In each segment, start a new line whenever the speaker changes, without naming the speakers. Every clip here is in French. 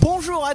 Bonjour à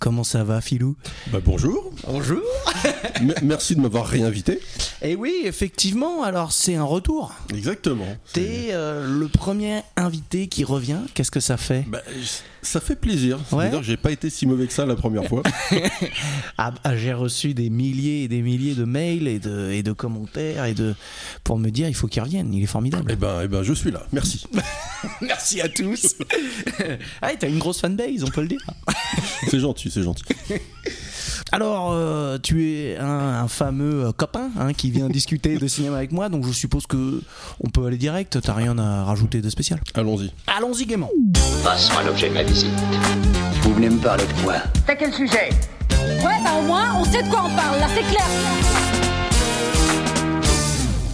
Comment ça va, Philou
Bah, bonjour,
Bonjour.
M- merci de m'avoir réinvité.
Eh oui, effectivement, alors c'est un retour.
Exactement.
T'es euh, le premier invité qui revient. Qu'est-ce que ça fait
Bah, ça fait plaisir. Ça
Ouais.
veut dire que j'ai pas été si mauvais que ça la première fois.
Ah, bah, J'ai reçu des milliers et des milliers de mails et de, et de commentaires et de pour me dire il faut qu'il revienne. Il est formidable.
Eh ben, eh ben, je suis là. Merci.
Ah, Merci à tous. ah, et t'as une grosse fanbase, on peut le dire.
C'est gentil, c'est gentil.
Alors, euh, tu es un, un fameux euh, copain hein, qui vient discuter de cinéma avec moi, donc je suppose que on peut aller direct. T'as rien à rajouter de spécial.
Allons-y.
Allons-y gaiement.
Vous voulez me parler de quoi
T'as quel sujet
Ouais, bah au moins, on sait de quoi on parle, là, c'est clair.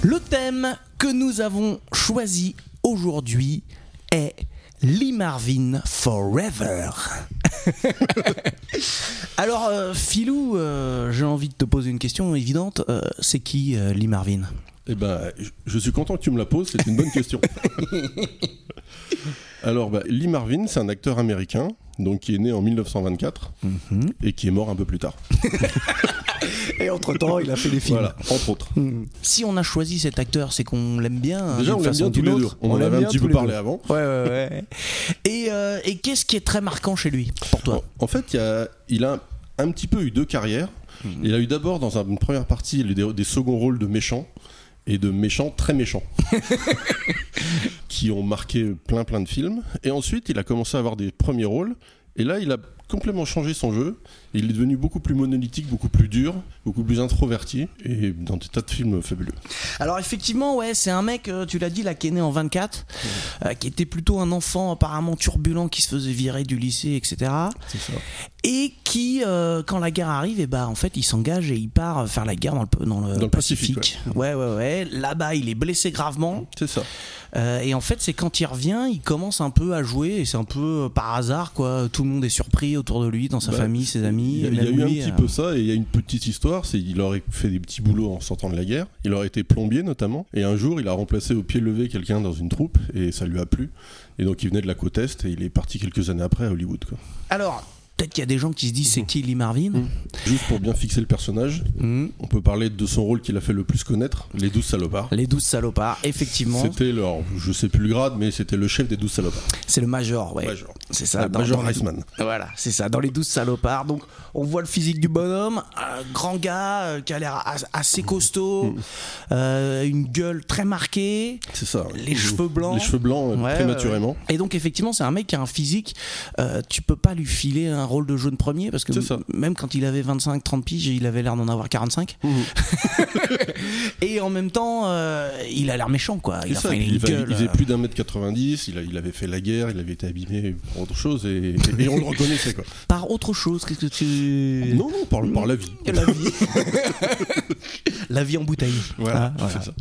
Le thème que nous avons choisi aujourd'hui est Lee Marvin Forever. Alors, euh, Philou, euh, j'ai envie de te poser une question évidente. Euh, c'est qui euh, Lee Marvin
Eh ben, je- je suis content que tu me la poses. C'est une bonne question. Alors, bah, Lee Marvin, c'est un acteur américain, donc qui est né en 1924
Mhm.
et qui est mort un peu plus tard.
Et entre-temps, il a fait des
Voilà, entre autres.
Si on a choisi cet acteur, c'est qu'on l'aime bien. hein, d'une
Déjà, on l'aime
façon
bien
ou
tous
d'une
les deux.
autre.
On en
l'aime
avait un
bien
petit
tous
peu
les deux.
parlé avant.
Ouais, ouais, ouais. Et, euh, et qu'est-ce qui est très marquant chez lui, pour toi
En, en fait, il y a- il a un petit peu eu deux carrières. Il a eu d'abord, dans un- une première partie, il a eu des, des seconds rôles de méchants et de méchants très méchants qui ont marqué plein plein de films. Et ensuite, il a commencé à avoir des premiers rôles. Et là, il a complètement changé son jeu. Il est devenu beaucoup plus monolithique, beaucoup plus dur, beaucoup plus introverti et dans des tas de films fabuleux.
Alors effectivement, ouais, c'est un mec, euh, tu l'as dit, là, qui est né en 24, euh, qui était plutôt un enfant apparemment turbulent, qui se faisait virer du lycée, etc.
C'est ça.
Et qui, euh, quand la guerre arrive, et bah en fait, il s'engage et il part euh, faire la guerre dans le, dans le
Dans le Pacifique,
Ouais, ouais, ouais. Là-bas, il est blessé gravement.
C'est ça.
Euh, et en fait, c'est quand il revient, il commence un peu à jouer. Et c'est un peu euh, par hasard, quoi. Tout le monde est surpris autour de lui, dans sa
Bah,
famille, ses amis.
Il y a, il y a
même
eu un
lui,
petit
euh,
peu ça, et il y a une petite histoire, c'est il aurait fait des petits boulots en sortant de la guerre, il aurait été plombier notamment, et un jour il a remplacé au pied levé quelqu'un dans une troupe, et ça lui a plu, et donc il venait de la côte Est, et il est parti quelques années après à Hollywood. Quoi.
Alors, peut-être qu'il y a des gens qui se disent
Mmh.
c'est qui Lee Marvin
Juste pour bien fixer le personnage,
Hmm.
on peut parler de son rôle qu'il a fait le plus connaître, les douze salopards.
Les douze salopards, effectivement.
C'était leur, je sais plus le grade, mais c'était le chef des douze salopards.
C'est le Major, ouais.
Major.
C'est
Ah,
ça. dans-
Major
dans les-
Reisman.
Voilà, c'est ça. Dans les douze salopards. Donc, on voit le physique du bonhomme. un grand gars euh, qui a l'air as- assez costaud. euh, une gueule très marquée.
Mm. C'est ça. Mm.
Les cheveux blancs.
Les cheveux blancs, euh,
Ouais,
prématurément.
ouais, ouais. Et donc effectivement, c'est un mec qui a un physique, euh, tu peux pas lui filer un rôle de jaune premier parce que
C'est ça.
m- même quand il avait 25 30 piges, il avait l'air d'en avoir 45.
Mm.
et en même temps, euh, il a l'air méchant quoi, il
C'est
a,
ça,
enfin, il a
il,
une
va- il
gueule.
faisait
euh,
plus d'un mètre 90, il, a- il avait fait la guerre, il avait été abîmé pour autre chose et, et on le reconnaissait quoi.
Par autre chose, qu'est-ce que tu
Non, non, par, le- par la vie.
la vie. la vie en bouteille.
Voilà,
Ah,
c'est
voilà.
ça.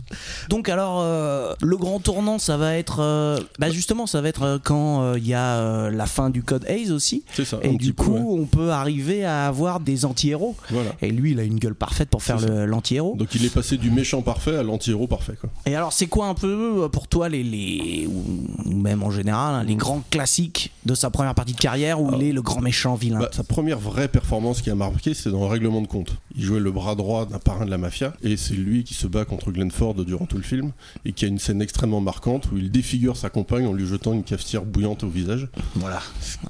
Donc alors euh, le grand tournant ça va être euh, bah justement ça va être euh, quand euh, il y a euh, la fin du code Hayes aussi
C'est ça,
et
un
du
petit peu,
coup
ouais.
on peut arriver à avoir des anti-héros
Voilà.
et lui il a une gueule parfaite pour faire
C'est ça.
le- l'anti-héros
Donc il est passé du méchant parfait à l'anti-héros parfait quoi.
et alors c'est quoi un peu euh, pour toi les, les ou même en général hein, les
Mm.
grands classiques de sa
Euh,
première partie de carrière où il est le grand méchant vilain
Bah, sa première vraie performance qui a marqué, c'est dans Règlement de compte. Il Il jouait le bras droit d'un parrain de la mafia, et c'est lui qui se bat contre Glenford durant tout le film, et qui a une scène extrêmement marquante où il défigure sa compagne en lui jetant une cafetière bouillante au visage,
Voilà.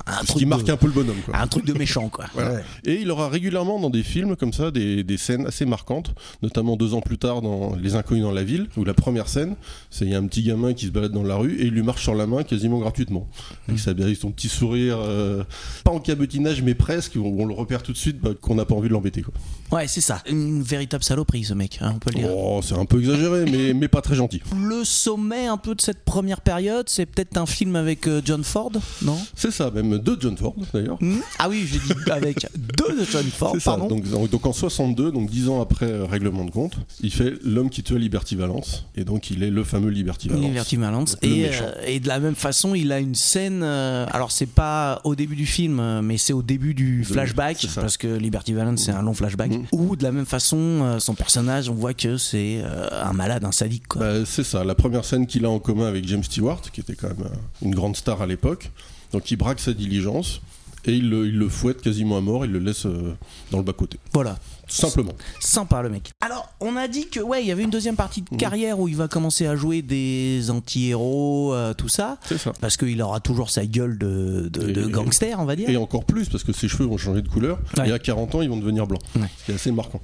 Un
ce qui marque
de,
un peu le bonhomme. Quoi.
un truc de méchant, quoi.
Voilà.
Ouais.
Et il aura régulièrement dans des films comme ça des, des scènes assez marquantes, notamment deux ans plus tard dans Les Inconnus dans la ville, où la première scène, c'est il y a un petit gamin qui se balade dans la rue et il lui marche sur la main quasiment gratuitement. Avec sa avec son petit sourire, euh, pas en cabotinage mais presque, où on le repère tout de suite bah, qu'on n'a pas envie de l'embêter. quoi.
Ouais, c'est ça. Une véritable saloperie, ce mec, hein, on peut le dire.
Oh, c'est un peu exagéré, mais, mais pas très gentil.
Le sommet un peu de cette première période, c'est peut-être un film avec euh, John Ford, non
C'est ça, même de John Ford d'ailleurs.
Hmm Ah oui, j'ai dit avec deux de John Ford,
C'est ça.
pardon.
Donc, donc- donc en 62, donc 10 ans après euh, Règlement de compte, il fait L'homme qui tua Liberty Valence. Et donc il est le fameux Liberty Valence.
Liberty Valance.
Le
Et,
méchant.
euh, et de la même façon, il a une scène. euh, alors, c'est pas au début du film, euh, mais c'est au début du flashback,
c'est ça. Hmm.
parce que Liberty Valance, c'est un long flashback. Où, de la même façon, euh, son personnage, on voit que c'est euh, un malade, un sadique, quoi.
Bah, c'est ça, la première scène qu'il a en commun avec James Stewart, qui était quand même euh, une grande star à l'époque. Donc il braque sa diligence et il le, il le fouette quasiment à mort, il le laisse euh, dans le bas-côté.
Voilà.
Tout simplement.
Sympa le mec. Alors, on a dit que, ouais, il y avait une deuxième partie de
Mhm.
carrière où il va commencer à jouer des anti-héros, euh, tout ça.
C'est ça.
Parce qu'il aura toujours sa gueule de, de- de
Et-
gangster, on va dire.
Et encore plus, parce que ses cheveux vont changer de couleur,
Ouais.
et à 40 ans, ils vont devenir blancs.
Ouais.
Ce qui est assez marquant.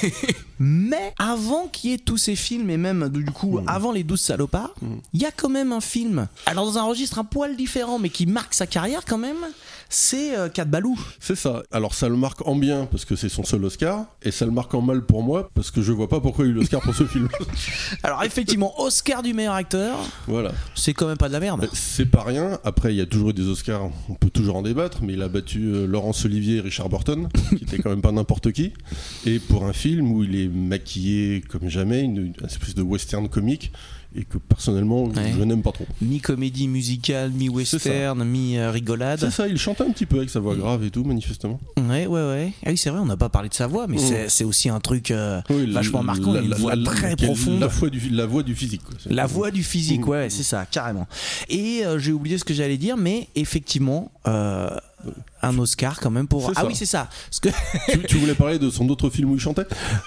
Mais avant qu'il y ait tous ces films, et même du coup
Mhm.
avant les 12 salopards, il y a quand même un film. Alors dans un registre un poil différent, mais qui marque sa carrière quand même, c'est euh, Cat Balou.
C'est ça. Alors ça le marque en bien, parce que c'est son seul Oscar, et ça le marque en mal pour moi, parce que je vois pas pourquoi il a eu l'Oscar pour ce film.
Alors effectivement, Oscar du meilleur acteur,
voilà.
c'est quand même pas de la merde.
Euh, C'est pas rien. Après, il y a toujours eu des Oscars, on peut toujours en débattre, mais il a battu euh, Laurence Olivier et Richard Burton, qui était quand même pas n'importe qui. Et pour un film où il est maquillé comme jamais, une, une espèce de western comique, et que personnellement,
Ouais.
je n'aime pas trop.
Mi-comédie musicale, mi-western, mi-rigolade.
C'est ça, il chantait un petit peu avec sa voix grave et tout, manifestement.
Ouais, ouais, ouais. Ah oui, c'est vrai, on n'a pas parlé de sa voix, mais
Mm.
c'est- c'est aussi un truc euh,
Oui, la-
vachement marquant,
la-
une
la-
voix
la-
très
quelle-
profonde.
La Mm. voix du, la voix du physique. quoi. C'est-
La voix du physique, ouais, c'est ça, carrément. Et euh, j'ai oublié ce que j'allais dire, mais effectivement, euh, un Oscar quand même pour.
C'est
Ah
ça.
oui, c'est ça. Parce que
Tu, tu voulais parler de son autre film où il chantait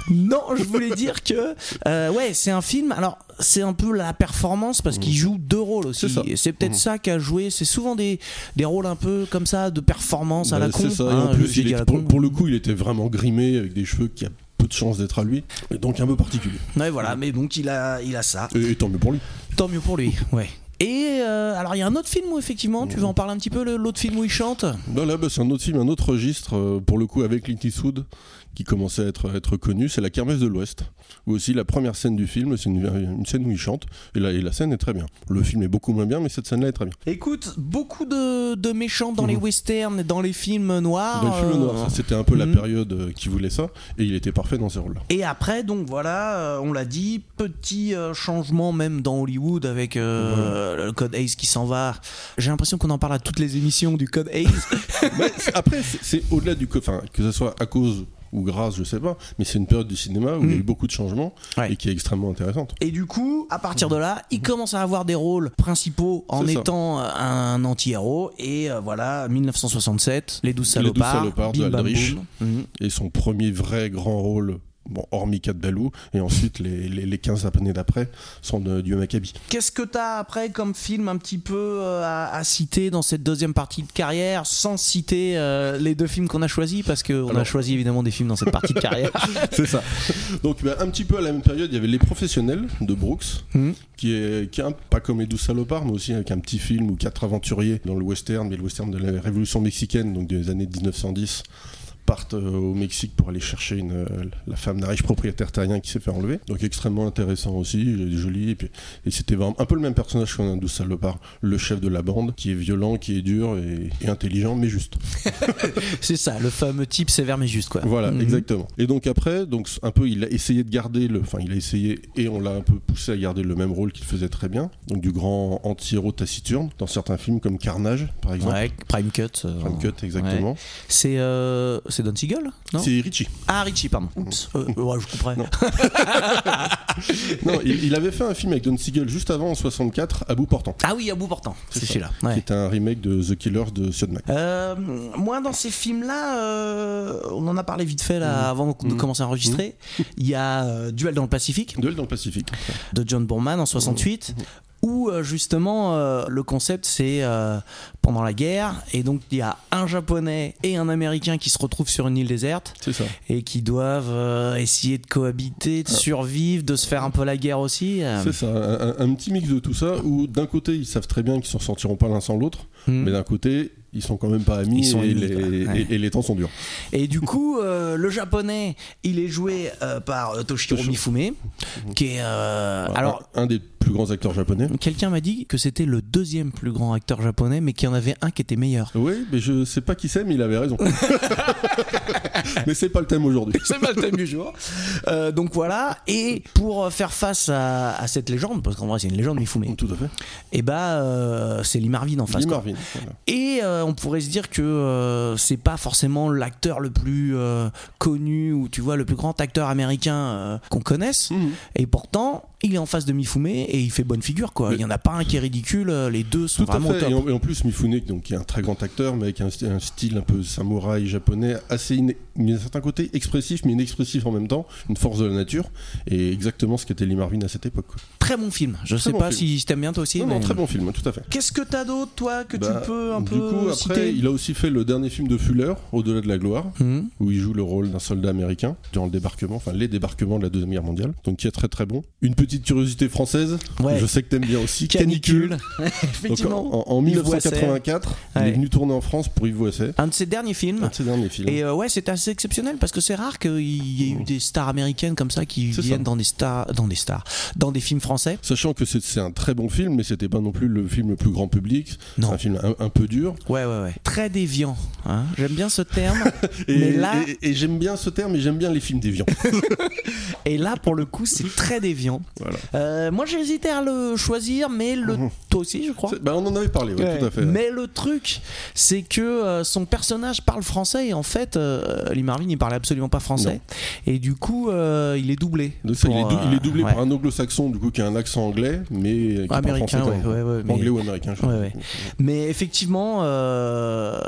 non, je voulais dire que euh, ouais, c'est un film. Alors c'est un peu la performance parce qu'il joue deux rôles aussi.
Mm. C'est ça. Mm.
Et C'est peut-être ça qu'a joué. C'est souvent des des rôles un peu comme ça de performance à la
Bah,
con.
C'est ça, et
hein,
en plus,
je
il
dis
est-
à la
pour,
con.
pour le coup, il était vraiment grimé avec des cheveux qui a peu de chance d'être à lui, et donc un peu particulier.
Ouais, voilà. Mais donc il a il a ça.
Et, et tant mieux pour lui.
Tant mieux pour lui. Ouais. Et euh, alors il y a un autre film où effectivement tu veux en parler un petit peu le- l'autre film où il chante.
Là, là, bah, c'est un autre film, un autre registre, euh, pour le coup, avec Clint Eastwood, qui commençait à être, à être connu, c'est La Kermesse de l'Ouest, où aussi la première scène du film, c'est une, une scène où il chante, et la, et la scène est très bien. Le film est beaucoup moins bien, mais cette scène-là est très bien.
Écoute, beaucoup de, de méchants dans les westerns et dans les films noirs.
Dans le film
euh,
noir, ça, c'était un peu la
mhm.
période euh, qui voulait ça, et il était parfait dans ces rôles-là.
Et après, donc voilà, euh, on l'a dit, petit euh, changement même dans Hollywood avec euh, le code Hayes qui s'en va. J'ai l'impression qu'on en parle à toutes les émissions du code Hayes.
Mais c'est- après, c'est c'est au-delà du. co- Enfin, que ce soit à cause ou grâce, je sais pas, mais c'est une période du cinéma où il y a eu beaucoup de changements,
Ouais.
et qui est extrêmement intéressante.
et du coup, à partir de là, il commence à avoir des rôles principaux en
C'est ça.
étant euh, un anti-héros. Et euh, voilà, 1967, Les Douze
Les Douze
Salopards.
Salopards de
bim, bam,
Aldrich.
boum. Mhm.
et son premier vrai grand rôle, bon, hormis Cat Balou, et ensuite les, les, les 15 années d'après sont de, du Maccabi.
Qu'est-ce que t'as après comme film un petit peu euh, à, à citer dans cette deuxième partie de carrière, sans citer euh, les deux films qu'on a choisis, parce qu'on a
Alors-
choisi évidemment des films dans cette partie de carrière.
C'est ça. Donc bah, un petit peu à la même période, il y avait Les Professionnels de Brooks,
Mhm.
qui est, qui est un- pas comme Les Douze Salopards, mais aussi avec un petit film où quatre aventuriers dans le western, mais le western de la Révolution mexicaine, donc des années 1910 partent euh, au Mexique pour aller chercher une, euh, la femme d'un riche propriétaire terrien qui s'est fait enlever. Donc extrêmement intéressant aussi, joli. Et, puis, et c'était vraiment un peu le même personnage qu'on a de Salopard, le chef de la bande, qui est violent, qui est dur et- et intelligent, mais juste.
C'est ça, le fameux type sévère mais juste quoi.
Voilà,
Mhm.
exactement. Et donc après, donc un peu, il a essayé de garder le, enfin, il a essayé et on l'a un peu poussé à garder le même rôle qu'il faisait très bien, donc du grand anti-héros taciturne dans certains films comme Carnage, par exemple.
Ouais, Prime Cut. euh,
Prime Cut, exactement.
C'est euh, C'est Don Siegel Non
C'est Richie.
Ah, Richie, pardon. Oups,
Mm.
euh, ouais, je couperai.
Non, il, il avait fait un film avec Don Siegel juste avant en 64, à bout portant.
Ah oui, à bout portant, c'est
C'est ça.
celui-là. ouais.
Qui est un remake de The Killers de Sid Mac.
Euh, moi, dans ces films-là, euh, on en a parlé vite fait là, avant de commencer à enregistrer. Il y a euh, Duel dans le Pacifique
Duel dans le Pacifique.
Ah de John Boorman en 68. Où euh, justement euh, le concept c'est euh, pendant la guerre et donc il y a un japonais et un américain qui se retrouvent sur une île déserte
C'est ça.
et qui doivent euh, essayer de cohabiter, de survivre, de se faire un peu la guerre aussi. euh.
C'est ça, un, un- un petit mix de tout ça où d'un côté ils savent très bien qu'ils s'en sortiront pas l'un sans l'autre,
Hmm.
mais d'un côté ils sont quand même pas amis
Ils sont
et,
unis,
les,
quoi. Ouais.
et- et les temps sont durs.
Et du coup, euh, le japonais, il est joué euh, par euh, Toshiro
Toshiro.
Mifune, qui est euh,
Voilà,
alors
un, un des plus grands acteurs japonais.
Quelqu'un m'a dit que c'était le deuxième plus grand acteur japonais, mais qu'il y en avait un qui était meilleur.
Oui, mais je sais pas qui c'est, mais il avait raison. mais c'est pas le thème aujourd'hui.
C'est mal thème du jour. Euh, donc voilà. Et pour euh, faire face à, à cette légende, parce qu'en vrai c'est une légende, Mifune,
Tout à fait.
et bah euh, c'est Lee Marvin en face.
Lee
quoi.
Marvin. voilà.
Et euh, on pourrait se dire que euh, c'est pas forcément l'acteur le plus euh, connu ou tu vois le plus grand acteur américain euh, qu'on connaisse.
Mhm.
Et pourtant, il est en face de Mifune et il fait bonne figure quoi.
Mais-
Il y en a pas un qui est ridicule. euh, Les deux sont
Tout à
vraiment au
fait.
top.
Et en, et en plus, Mifune, donc, qui est un très grand acteur, mais avec un, sti- un style un peu samouraï japonais, assez iné- d'un certain côté expressif, mais inexpressif en même temps, une force de la nature, et exactement ce qu'était Lee Marvin à cette époque. quoi.
Très bon film. Je sais
bon
pas
film.
si t'aimes bien toi aussi.
Non, non,
mais-
très bon film, hein, tout à fait.
Qu'est-ce que t'as d'autre, toi, que
Bah,
tu peux un
du
peu
coup, après,
citer
il a aussi fait le dernier film de Fuller, Au-delà de la gloire,
Hmm.
où il joue le rôle d'un soldat américain durant le débarquement, enfin les débarquements de la Deuxième Guerre mondiale, donc qui est très très bon. Une petite curiosité française,
Ouais.
je sais que t'aimes bien aussi,
Canicule.
Canicule. Donc,
Effectivement.
en, en
Yves Boisset.
1984, il
Ouais.
est venu tourner en France pour Yves Boisset,
Un de ses derniers films.
un de ses derniers films. Mmh.
Et euh, ouais, c'est assez exceptionnel parce que c'est rare qu'il y ait eu des stars américaines comme ça qui
C'est
viennent
ça.
dans des stars, dans des stars, dans des films français.
Sachant que c'est c'est un très bon film, mais c'était pas non plus le film le plus grand public. C'est
Non.
un film un, un peu dur.
Ouais, ouais, ouais. Très déviant. hein. J'aime bien ce terme.
Et,
Mais là-
et- et j'aime bien ce terme, et j'aime bien les films déviants.
Et là, pour le coup, c'est très déviant.
Voilà. Mmh.
Euh, moi, j'ai hésité à le choisir, mais le toi aussi, je crois.
C'est- bah, on en avait parlé, ouais,
Ouais.
tout à fait.
Mais le truc, c'est que euh, son personnage parle français et en fait, euh, Lee Marvin, il parlait absolument pas français. Et du coup, euh, il est doublé.
Donc ça, il, est
pour,
dou- il
euh,
est doublé
ouais.
par un anglo-saxon du coup qui a un accent anglais mais euh, qui parle
Américain,
français quand
ouais,
même.
ouais, ouais, mais-
anglais ou américain. je
Ouais,
sais
ouais.
pas.
Mais effectivement, euh,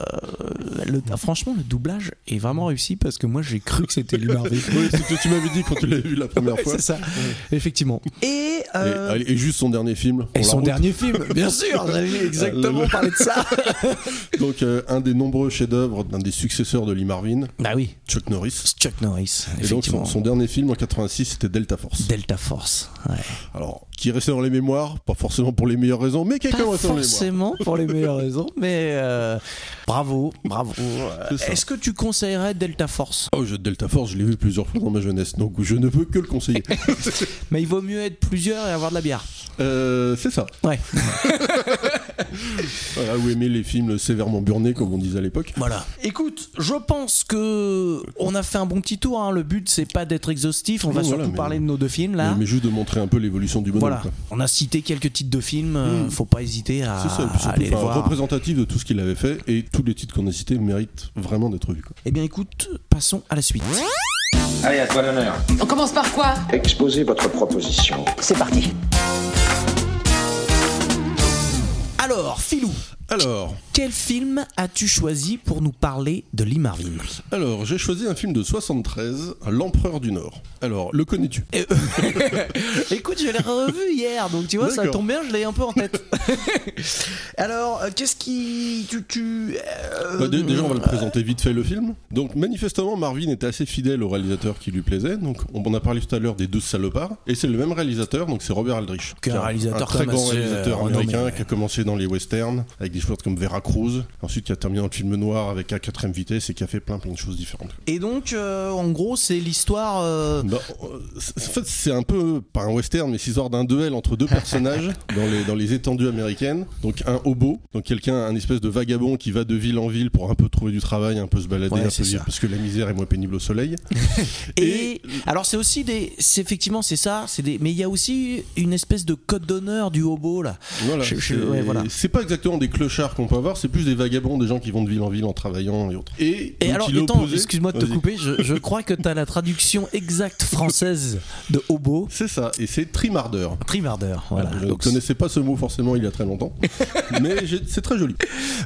le- ah, franchement, le doublage est vraiment réussi parce que moi, j'ai cru que c'était Lee Marvin.
Oui, c'est ce que tu m'avais dit quand tu l'avais vu la première fois.
c'est ça, effectivement. Et,
Et,
euh,
allez, et juste son dernier film.
et
pour la
son
route. Ah,
dernier film, bien sûr, j'avais exactement
Le-
parlé de ça.
Donc euh, un des nombreux chefs-d'œuvre d'un des successeurs de Lee Marvin,
bah oui,
Chuck Norris.
Chuck Norris,
Et donc
effectivement.
son, son dernier film en 86 c'était Delta Force.
Delta Force. ouais.
Alors qui restait dans les mémoires, pas forcément pour les meilleures raisons, mais quelqu'un
Pas
restait dans les mémoires.
forcément pour les meilleures raisons, mais euh, bravo, bravo.
C'est ça.
Est-ce que tu conseillerais Delta Force
Oh, je, Delta Force, je l'ai vu plusieurs fois dans ma jeunesse, donc je ne peux que le conseiller.
Mais il vaut mieux être plusieurs et avoir de la bière.
Euh, c'est ça.
Ouais.
Voilà, ou aimer les films sévèrement burnés, comme on disait à l'époque.
Voilà. Écoute, je pense que on a fait un bon petit tour. hein. Le but, c'est pas d'être exhaustif. On va
Oui, voilà,
surtout
mais-
parler de nos deux films là.
Mais, mais juste de montrer un peu l'évolution du bonhomme.
voilà.
quoi.
On
Hmm.
a cité quelques titres de films. euh, Faut pas hésiter à,
C'est ça, et puis
à
surtout,
aller les
enfin,
Ah, voir.
représentatif de tout ce qu'il avait fait, et tous les titres qu'on a cités méritent vraiment d'être vus. quoi.
Eh bien, écoute, passons à la suite.
Allez, à toi l'honneur.
On commence par quoi
Exposez votre proposition.
C'est parti.
Alors, Philou,
Alors,
quel film as-tu choisi pour nous parler de Lee Marvin
alors j'ai choisi un film de 73, L'Empereur du Nord. Alors, le connais-tu
Écoute, je l'ai revu hier, donc tu vois, ça
D'accord.
tombe bien, je l'ai un peu en tête. Alors, euh, qu'est-ce qui. Tu. tu euh,
Bah, dé- Déjà, on va le présenter vite fait le film. Donc, manifestement, Marvin était assez fidèle au réalisateur qui lui plaisait. Donc, on en a parlé tout à l'heure des 12 salopards. Et c'est le même réalisateur, donc c'est Robert Aldrich.
Qui est un
Qui est
réalisateur
un très
quand même
grand
assez, euh,
réalisateur
renommé,
américain
ouais.
qui a commencé dans les westerns avec des choses comme Vera Cruz. Ensuite, qui a terminé dans le film noir avec la quatrième vitesse et qui a fait plein plein de choses différentes.
Et donc, euh, en gros, c'est l'histoire. euh,
Bah, euh, c'est- en fait, c'est un peu, pas un western, mais c'est l'histoire d'un duel entre deux personnages dans, les, dans les étendues américaines. Donc un hobo, donc quelqu'un, un espèce de vagabond qui va de ville en ville pour un peu trouver du travail, un peu se balader,
Ouais,
un peu
c'est
vivre,
ça.
parce que la misère est moins pénible au soleil.
Et, alors c'est aussi des, c'est effectivement c'est ça, c'est des, mais il y a aussi une espèce de code d'honneur du hobo là.
Voilà,
Je- je-
c'est
ouais, voilà.
c'est pas exactement des clochards qu'on peut avoir, Noirs, c'est plus des vagabonds, des gens qui vont de ville en ville en travaillant et autres. Et,
Et
donc,
alors,
il est
attends,
opposé-
excuse-moi de te
Vas-y.
couper, je, je crois que t'as la traduction exacte française de hobo,
C'est ça, et c'est trimardeur.
trimardeur. Voilà.
Ah, je ne
Donc,
connaissais pas ce mot forcément il y a très longtemps, mais j'ai- c'est très joli.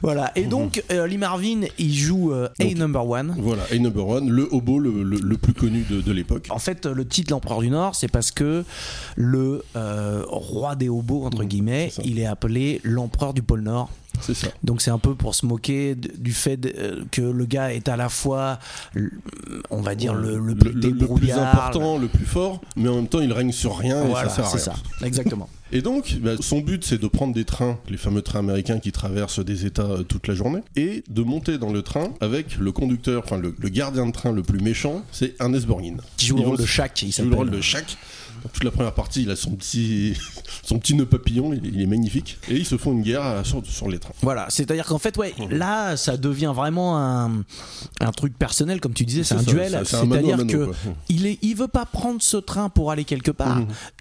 voilà. Et donc, euh, Lee Marvin, il joue euh, A
Mhm. Donc-
Number One.
Voilà, et Number One, le hobo le, le- le plus connu de, de l'époque.
En fait, le titre L'Empereur du Nord, c'est parce que le euh, roi des hobos, entre guillemets,
Mhm, c'est ça.
il est appelé l'empereur du pôle Nord.
C'est ça.
Donc c'est un peu pour se moquer d- du fait de- euh, que le gars est à la fois, l- on va dire, le, le plus
plus
débrouillard.
important, le plus fort, mais en même temps il règne sur rien et
Voilà,
ça sert à
c'est
rien.
ça, exactement.
Et donc, bah, son but, c'est de prendre des trains, les fameux trains américains qui traversent des États euh, toute la journée, et de monter dans le train avec le conducteur, enfin le, le gardien de train le plus méchant, c'est Ernest Borgnine.
Qui joue
Ils
le rôle
vont-
de Shaq, il
qui joue le rôle
s'appelle.
de Shaq. Dans toute la première partie, il a son petit, son petit nœud papillon, il, il est magnifique. Et ils se font une guerre à- sur, sur les trains.
Voilà, c'est-à-dire qu'en fait, ouais,
Mhm.
là, ça devient vraiment un, un truc personnel, comme tu disais, c'est
C'est
un
ça,
duel.
c'est- c'est un mano à
C'est-à-dire
mano,
que
quoi. Mhm.
il est, il veut pas prendre ce train pour aller quelque part.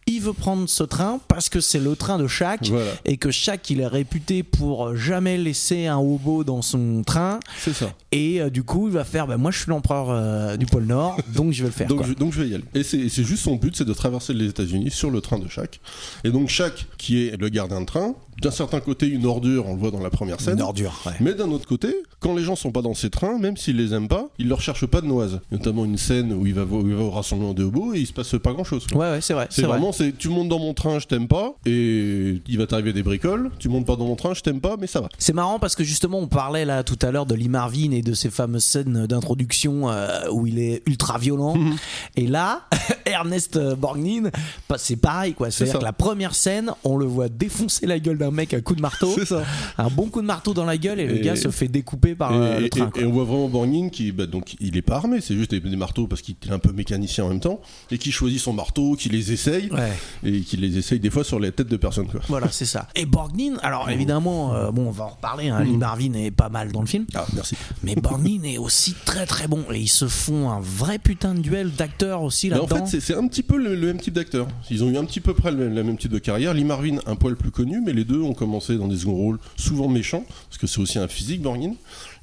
Il veut prendre ce train parce que c'est le train de Shaq
Voilà.
et que Shaq, il est réputé pour jamais laisser un hobo dans son train.
C'est ça.
Et euh, du coup, il va faire, bah, moi, je suis l'empereur euh, du pôle Nord, donc je vais le faire.
Donc
quoi.
je, donc je vais y aller. Et c'est c'est juste son but, c'est de traverser les États-Unis sur le train de Shaq. Et donc Shaq, qui est le gardien de train, d'un certain côté une ordure, on le voit dans la première scène.
Une ordure, ouais.
Mais d'un autre côté, quand les gens sont pas dans ces trains, même s'ils les aiment pas, ils leur cherchent pas de noise. Notamment une scène où il va, vo- où il va au rassemblement de hobos et il se passe pas grand chose.
Ouais, ouais, c'est vrai.
C'est
vrai.
vraiment, c'est tu montes dans mon train, je t'aime pas, et il va t'arriver des bricoles. Tu montes pas dans mon train, je t'aime pas, mais ça va.
C'est marrant parce que justement, on parlait là tout à l'heure de Lee Marvin et de ces fameuses scènes d'introduction euh, où il est ultra violent.
Mhm.
Et là, Ernest Borgnine, pas- c'est pareil quoi. C'est-à-dire
ça.
que la première scène, on le voit défoncer la gueule d'un mec à coup de marteau.
C'est ça.
Un bon coup de marteau dans la gueule et, le
Et-
gars se fait découper par euh,
et,
le
et-
train.
et
quoi.
on voit vraiment Borgnine qui, bah, donc, il est pas armé, c'est juste des, des marteaux parce qu'il est un peu mécanicien en même temps, et qui choisit son marteau, qui les essaye,
Ouais.
et qui les essaye des fois sur les têtes de personnes. Quoi.
Voilà, c'est ça. Et Borgnine, alors évidemment, euh, bon, on va en reparler. hein, Lee Marvin est pas mal dans le film.
Mhm. Ah, merci.
Mais Borgnine est aussi très très bon et ils se font un vrai putain de duel d'acteurs aussi
Mais
là-dedans.
en fait, c'est- c'est un petit peu le, le même type d'acteur. Ils ont eu un petit peu près le même- la même type de carrière. Lee Marvin, un poil plus connu, mais les deux ont commencé dans des seconds rôles souvent méchants, parce que c'est aussi un physique, Borgnine.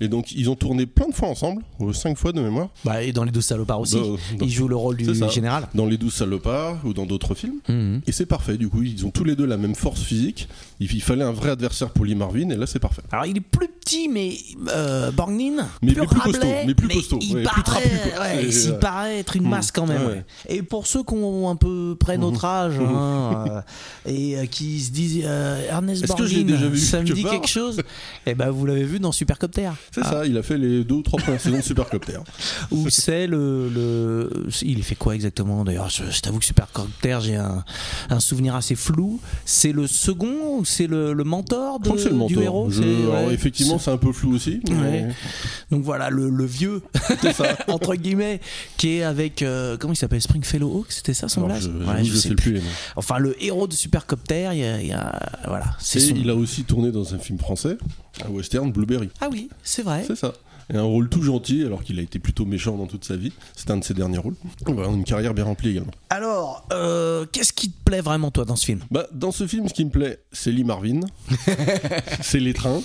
Et donc, ils ont tourné plein de fois ensemble, euh, cinq fois de mémoire.
Bah, et dans les deux salopards aussi,
Dans- dans-
il joue le rôle
Bah, C'est
du
ça.
général. Mhm.
Dans Les Douze Salopards ou dans d'autres films. Et c'est parfait, du coup, ils ont tous les deux la même force physique. Il, il fallait un vrai adversaire pour Lee Marvin, et là, c'est parfait.
Alors il est plus petit, mais euh, Borgnine,
Mais plus costaud,
Rabelais,
mais plus costaud,
Il
ouais, plus
paraît,
trapu, quoi.
ouais,
C'est-
s'il
ouais.
paraît être une masse quand même.
Ouais, Hum,
ouais.
ouais.
Et pour ceux qui ont un peu près notre âge hein, euh, et euh, qui se disent euh, Ernest
Est-ce que je l'ai
Borgnine,
déjà vu
ça me
quelque
dit
part
quelque chose. Et ben vous l'avez vu dans Supercopter,
C'est ça, il a fait les deux ou trois premières saisons de Supercopter.
où c'est le, le- il fait quoi exactement D'ailleurs, je, je t'avoue que Supercopter, j'ai un, un souvenir assez flou. C'est le second ou c'est le, le mentor de,
Je crois que c'est le
du héros
mentor. Je-
C'est-
alors,
ouais.
effectivement, c'est un peu flou aussi. mais
Ouais. Donc voilà, le, le vieux,
C'est ça.
entre guillemets, qui est avec. euh, comment il s'appelle Springfellow Hawk C'était ça son
Alors,
blaze
je-
Ouais,
j'avoue, je sais plus les noms.
Enfin, le héros de Supercopter, il y a. il y a- voilà, c'est
Et
son.
il a aussi tourné dans un film français, un western, Blueberry.
Ah oui, c'est vrai.
C'est ça. Et un rôle tout gentil, alors qu'il a été plutôt méchant dans toute sa vie. C'est un de ses derniers rôles. Voilà, une carrière bien remplie également.
Alors, euh, qu'est-ce qui te plaît vraiment, toi, dans ce film
Bah, dans ce film, ce qui me plaît, c'est Lee Marvin, c'est les trains,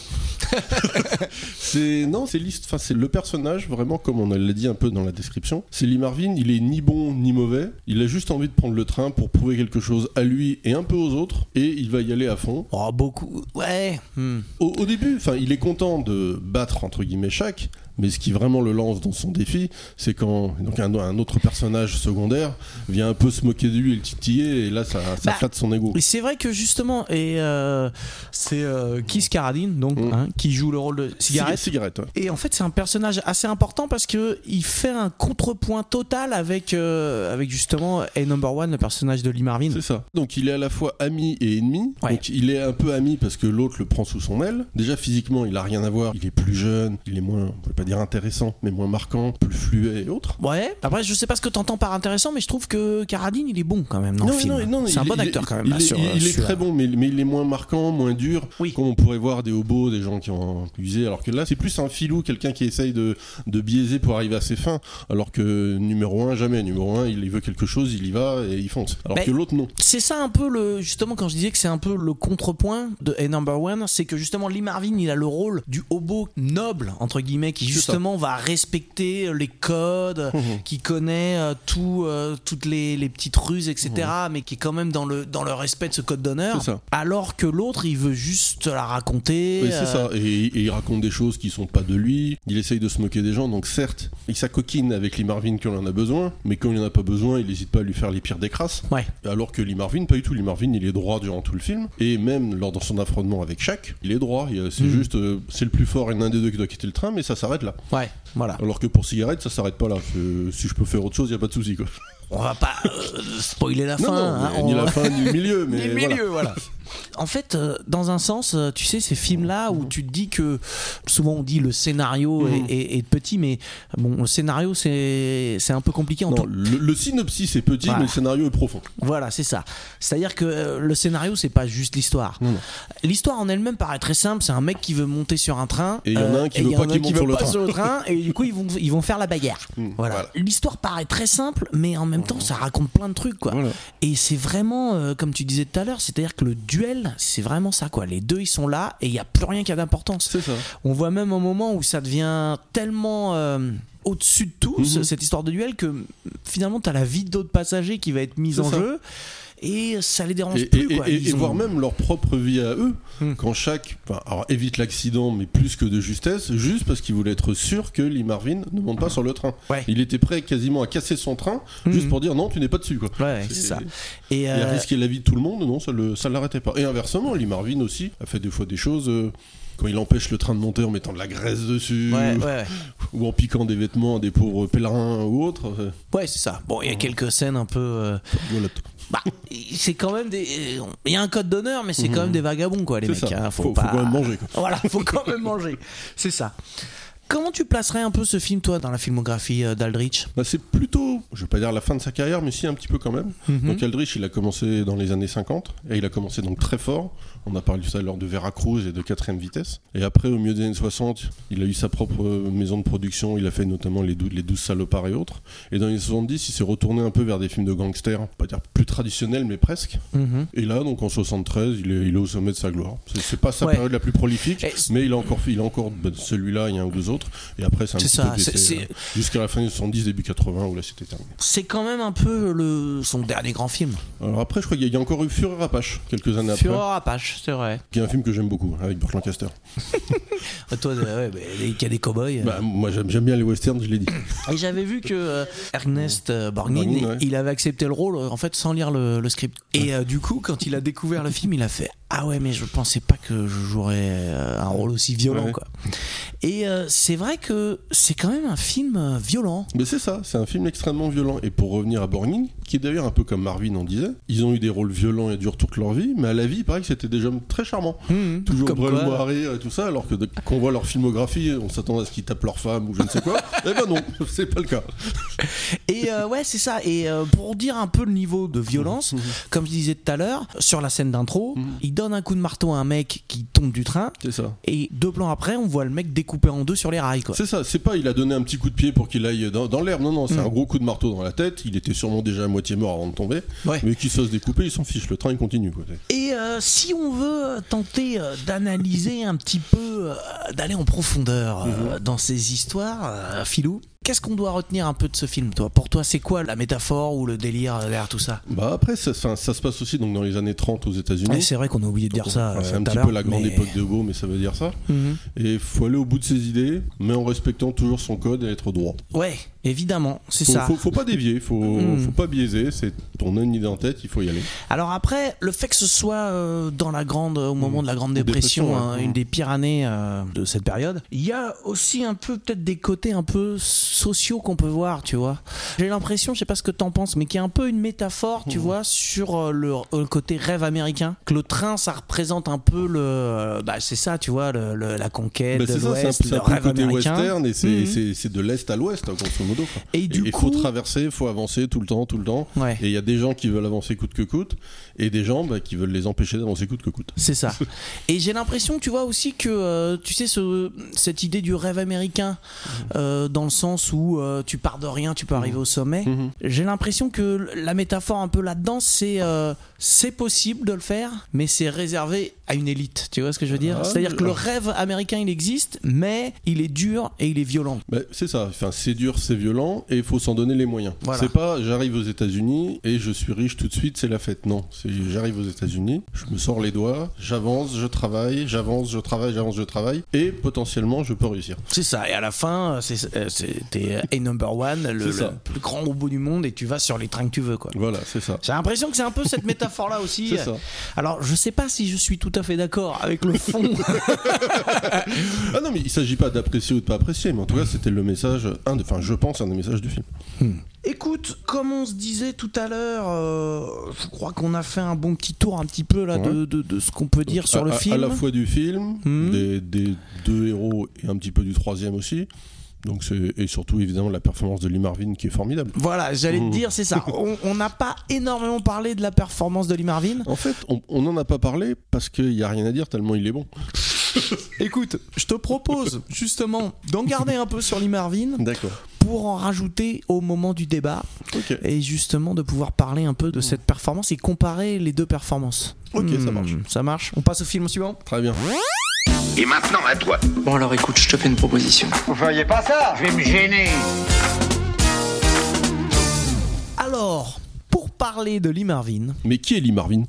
c'est non, c'est l'hist- enfin, c'est le personnage vraiment comme on l'a dit un peu dans la description. C'est Lee Marvin, il est ni bon ni mauvais, il a juste envie de prendre le train pour prouver quelque chose à lui et un peu aux autres, et il va y aller à fond.
Oh, beaucoup. Ouais. hmm.
Au, au début, enfin, il est content de battre entre guillemets Shaq, mais ce qui vraiment le lance dans son défi, c'est quand donc un, un autre personnage secondaire vient un peu se moquer de lui et le titiller, et là ça,
Bah,
ça flatte son ego.
Et c'est vrai que justement, et euh, c'est euh, Keith Carradine, donc,
Mm.
hein, qui joue le rôle de cigarette.
Cigarette, ouais.
Et en fait, c'est un personnage assez important parce que il fait un contrepoint total avec euh, avec justement A Number One, le personnage de Lee Marvin.
C'est ça. Donc il est à la fois ami et ennemi.
Mm. Ouais.
Donc il est un peu ami parce que l'autre le prend sous son aile. Déjà physiquement, il a rien à voir. Il est plus jeune, il est moins, on peut pas dire intéressant, mais moins marquant, plus fluet et autres.
Ouais. Après, je sais pas ce que t'entends par intéressant, mais je trouve que Caradine, il est bon quand même dans le film. c'est un
il
bon
est-
acteur quand même.
Il,
là,
est,
sur,
il
euh,
est
sur-
très bon, mais, mais il est moins marquant, moins dur.
Oui.
Comme on pourrait voir des hobos, des gens qui ont usé. Alors que là, c'est plus un filou, quelqu'un qui essaye de, de biaiser pour arriver à ses fins. Alors que numéro 1, jamais. Numéro 1, il veut quelque chose, il y va et il fonce. Alors
Mais-
que l'autre, non.
C'est ça un peu le justement quand je disais que c'est un peu le contrepoint de A Number One, c'est que justement Lee Marvin il a le rôle du hobo noble entre guillemets qui
C'est Mmh,
justement va respecter euh, les codes, qui connaît euh, tout euh, toutes les, les petites ruses etc, mais qui est quand même dans le dans le respect de ce code d'honneur.
Mmh. C'est ça.
Alors que l'autre il veut juste la raconter.
Oui,
euh,
c'est ça. Et, et il raconte des choses qui sont pas de lui. Il essaye de se moquer des gens. Donc certes, il s'acoquine avec Lee Marvin quand il en a besoin, mais quand il en a pas besoin, il n'hésite pas à lui faire les pires des crasses.
Ouais.
Alors que Lee Marvin, pas du tout. Lee Marvin, il est droit durant tout le film. Et même lors de son affrontement avec Shaq, il est droit. Il- C'est
Mm.
juste, euh, c'est le plus fort et l'un des deux qui doit quitter le train, mais ça s'arrête là.
Ouais. Voilà.
Alors que pour Cigarette, ça s'arrête pas là. Euh, si je peux faire autre chose, il a pas de souci. Quoi.
On va pas euh, spoiler la fin.
non, non,
hein,
mais
on-
ni la fin, ni le milieu. Mais
Ni le
voilà.
milieu, voilà. En fait, euh, dans un sens, euh, tu sais, ces films-là où tu te dis que souvent on dit le scénario
Mm.
est- est, est petit, mais bon, le scénario c'est c'est un peu compliqué. En
Non,
tant-
le, le synopsis est petit,
Voilà.
mais le scénario est profond.
Voilà, c'est ça. C'est-à-dire que euh, le scénario c'est pas juste l'histoire.
Non, non.
L'histoire en elle-même paraît très simple. C'est un mec qui veut monter sur un train
Et il y en a
euh,
un qui
et
veut
il y
pas
en a
qu'il
un
monte sur
veut
le
pas
train.
sur le train et du coup ils vont ils vont faire la bagarre.
Mm,
Voilà.
voilà.
L'histoire paraît très simple, mais en même temps ça raconte plein de trucs quoi.
Voilà.
Et c'est vraiment, euh, comme tu disais tout à l'heure, c'est-à-dire que le duel, c'est vraiment ça, quoi. Les deux, ils sont là et il n'y a plus rien qui a d'importance.
C'est ça.
On voit même un moment où ça devient tellement euh, au-dessus de tout,
Mmh.
ce- cette histoire de duel, que finalement, tu as la vie d'autres passagers qui va être mise
C'est
en
ça.
jeu et ça les dérange
et,
plus,
et-
quoi.
et-
Ils
et
ont-
voire même leur propre vie à eux
Hmm.
quand chaque enfin, alors, évite l'accident mais plus que de justesse juste parce qu'il voulait être sûr que Lee Marvin ne monte pas sur le train
Ouais.
il était prêt quasiment à casser son train
Mhm.
juste pour dire non tu n'es pas dessus quoi
Ouais, c'est ça. Et,
et
euh,
à risquer la vie de tout le monde non ça le ça l'arrêtait pas et inversement Lee Marvin aussi a fait des fois des choses euh, quand il empêche le train de monter en mettant de la graisse dessus
ouais, ouais, ouais.
ou en piquant des vêtements à des pauvres pèlerins ou autres euh,
Ouais, c'est ça. Bon,
Mmh.
il y a quelques scènes un peu. euh,
voilà.
Bah, c'est quand même des. euh, Il y a un code d'honneur, mais c'est quand même des vagabonds, quoi, les
Mhm. C'est
mecs.
ça.
hein. faut,
Faut- faut
pas...
quand même manger, quoi.
Voilà, faut quand même manger. C'est ça. Comment tu placerais un peu ce film, toi, dans la filmographie euh, d'Aldrich
Bah, c'est plutôt, je vais pas dire la fin de sa carrière, mais si un petit peu quand même.
Mhm.
Donc Aldrich, il a commencé dans les années 50 et il a commencé donc très fort. On a parlé tout à l'heure de Veracruz et de quatrième vitesse. Et après, au milieu des années 60, il a eu sa propre euh, maison de production. Il a fait notamment les, dou- les 12 salopards et autres. Et dans les années 70, il s'est retourné un peu vers des films de gangsters, pas dire plus traditionnels, mais presque.
Mhm.
Et là, donc en 73, il est, il est au sommet de sa gloire. C'est- C'est pas sa
Ouais.
période la plus prolifique,
Et c-
mais il a encore, fait- il a encore bah, celui-là, il y a un ou deux autres. Et après, c'est un
C'est
petit
ça,
peu baissé,
c'est- c'est-
euh, Jusqu'à la fin des 70, début 80, où là c'était terminé.
C'est quand même un peu le... son dernier grand film.
Alors après, je crois qu'il y a- il y a encore eu Fureur Apache, quelques années après,
Fureur Apache, c'est vrai.
qui est un film que j'aime beaucoup, hein, avec Burt Lancaster.
Euh, Toi, euh, ouais, bah, il y a des cow-boys. euh.
Bah, moi j'aime j'aime bien les westerns, je l'ai dit.
Et j'avais vu que euh, Ernest euh, Borgnine,
Borgnine, ouais.
il avait accepté le rôle en fait sans lire le, le script. Et euh, du coup, quand il a découvert le film, il a fait ah ouais, mais je pensais pas que je jouerais euh, un rôle aussi violent
Ouais.
quoi. Et euh, c'est vrai que c'est quand même un film euh, violent.
Mais c'est ça, c'est un film extrêmement violent. Et pour revenir à Borgnine, qui est d'ailleurs un peu comme Marvin en disait, ils ont eu des rôles violents et durs toute leur vie, mais à la vie, il paraît que c'était des hommes très charmants. Toujours
Comme
Brel
quoi.
Moiré et tout ça, alors que de- quand on voit leur filmographie, on s'attend à ce qu'ils tapent leur femme ou je ne sais quoi. Eh ben non, c'est pas le cas.
Et euh, ouais, c'est ça. Et euh, pour dire un peu le niveau de violence,
Mhm.
comme je disais tout à l'heure, sur la scène d'intro, il donne un coup de marteau à un mec qui tombe du train.
C'est ça.
Et deux plans après, on voit le mec découpé en deux sur les rails quoi.
C'est ça, c'est pas il a donné un petit coup de pied pour qu'il aille dans, dans l'herbe, non, non, c'est
Mm.
un gros coup de marteau dans la tête, il était sûrement déjà à moitié mort avant de tomber,
Ouais.
mais qu'il s'ose découper, il s'en fiche, le train il continue. Quoi.
Et euh, si on veut tenter euh, d'analyser un petit peu, euh, d'aller en profondeur euh,
Mhm.
dans ces histoires, euh, Philou, qu'est-ce qu'on doit retenir un peu de ce film, toi Pour toi, c'est quoi la métaphore ou le délire euh, derrière tout ça
Bah après, ça, ça- ça se passe aussi donc, dans les années 30 aux
Ouais,
États-Unis.
Eh, C'est vrai qu'on a oublié de dire ça.
Enfin, c'est
euh,
un
tout à
petit
l'heure,
peu la grande
mais-
époque de Beau, mais ça veut dire ça.
Mhm.
Et faut aller au bout de ses idées, mais en respectant toujours son code et être droit.
Ouais, évidemment, c'est
Faut,
ça.
faut, faut pas dévier, faut,
Mhm.
faut pas biaiser, c'est on a une idée en tête, il faut y aller.
Alors après, le fait que ce soit euh, dans la grande, au moment de la Grande Dépression,
Mmh. Dépression, ouais.
hein, une des pires années euh, de cette période, il y a aussi un peu peut-être des côtés un peu s- sociaux qu'on peut voir, tu vois. J'ai l'impression, je sais pas ce que t'en penses, mais qui est un peu une métaphore,
Mmh.
tu vois, sur euh, le, euh, côté rêve américain. Que le train, ça représente un peu le, euh, bah c'est ça, tu vois, le- le- la conquête,
Bah, c'est
de
ça, c'est un-
l'Ouest,
c'est
le
un, peu le
rêve
côté
américain.
western et c'est
Mhm.
c'est- c'est de l'est à l'ouest, hein, grosso modo. quoi.
Et du
il
coup,
faut traverser, il faut avancer tout le temps, tout le temps.
ouais.
Et il y a des gens qui veulent avancer coûte que coûte et des gens bah, qui veulent les empêcher d'avancer coûte que coûte.
C'est ça. Et j'ai l'impression, tu vois, aussi que, euh, tu sais, ce, cette idée du rêve américain, euh, dans le sens où euh, tu pars de rien, tu peux arriver au sommet,
Mhm.
j'ai l'impression que la métaphore un peu là-dedans, c'est euh, c'est possible de le faire, mais c'est réservé à une élite. Tu vois ce que je veux dire
Ah,
C'est-à-dire que
mais-
le rêve américain, il existe, mais il est dur et il est violent.
Bah, c'est ça, enfin, c'est dur, c'est violent et il faut s'en donner les moyens.
Voilà.
C'est pas j'arrive aux États-Unis et je suis riche tout de suite, c'est la fête. Non, c'est j'arrive aux États-Unis, je me sors les doigts, j'avance, je travaille, j'avance, je travaille, j'avance, je travaille et potentiellement je peux réussir.
C'est ça. Et à la fin, euh, c'est- euh, c'est- t'es euh, et number one, le,
C'est ça.
le plus grand robot du monde, et tu vas sur les trains que tu veux, quoi.
Voilà, c'est ça.
J'ai l'impression que c'est un peu cette métaphore-là aussi.
C'est ça.
Alors, je sais pas si je suis tout à fait d'accord avec le fond.
Ah non, mais il s'agit pas d'apprécier ou de pas apprécier, mais en tout cas, c'était le message, un de, enfin, je pense, un des messages du film.
Écoute, comme on se disait tout à l'heure, euh, je crois qu'on a fait un bon petit tour un petit peu là de, de- de ce qu'on peut dire sur
à,
le
à-
film.
À la fois du film,
Mhm.
des, des deux héros et un petit peu du troisième aussi. Donc c'est- et surtout évidemment la performance de Lee Marvin qui est formidable.
Voilà, j'allais te dire, c'est ça. On on n'a pas énormément parlé de la performance de Lee Marvin.
En fait, on n'en a pas parlé parce qu'il n'y a rien à dire tellement il est bon.
Écoute, je te propose justement d'en garder un peu sur Lee Marvin
D'accord.
pour en rajouter au moment du débat
Ok. Hmm.
et justement de pouvoir parler un peu de cette performance et comparer les deux performances.
Ok, ça
Hmm,
marche.
Ça marche. On passe au film suivant.
Très bien.
Et maintenant, à toi.
Bon alors écoute, je te fais une proposition.
Alors, pour parler de Lee Marvin,
Mais qui est Lee Marvin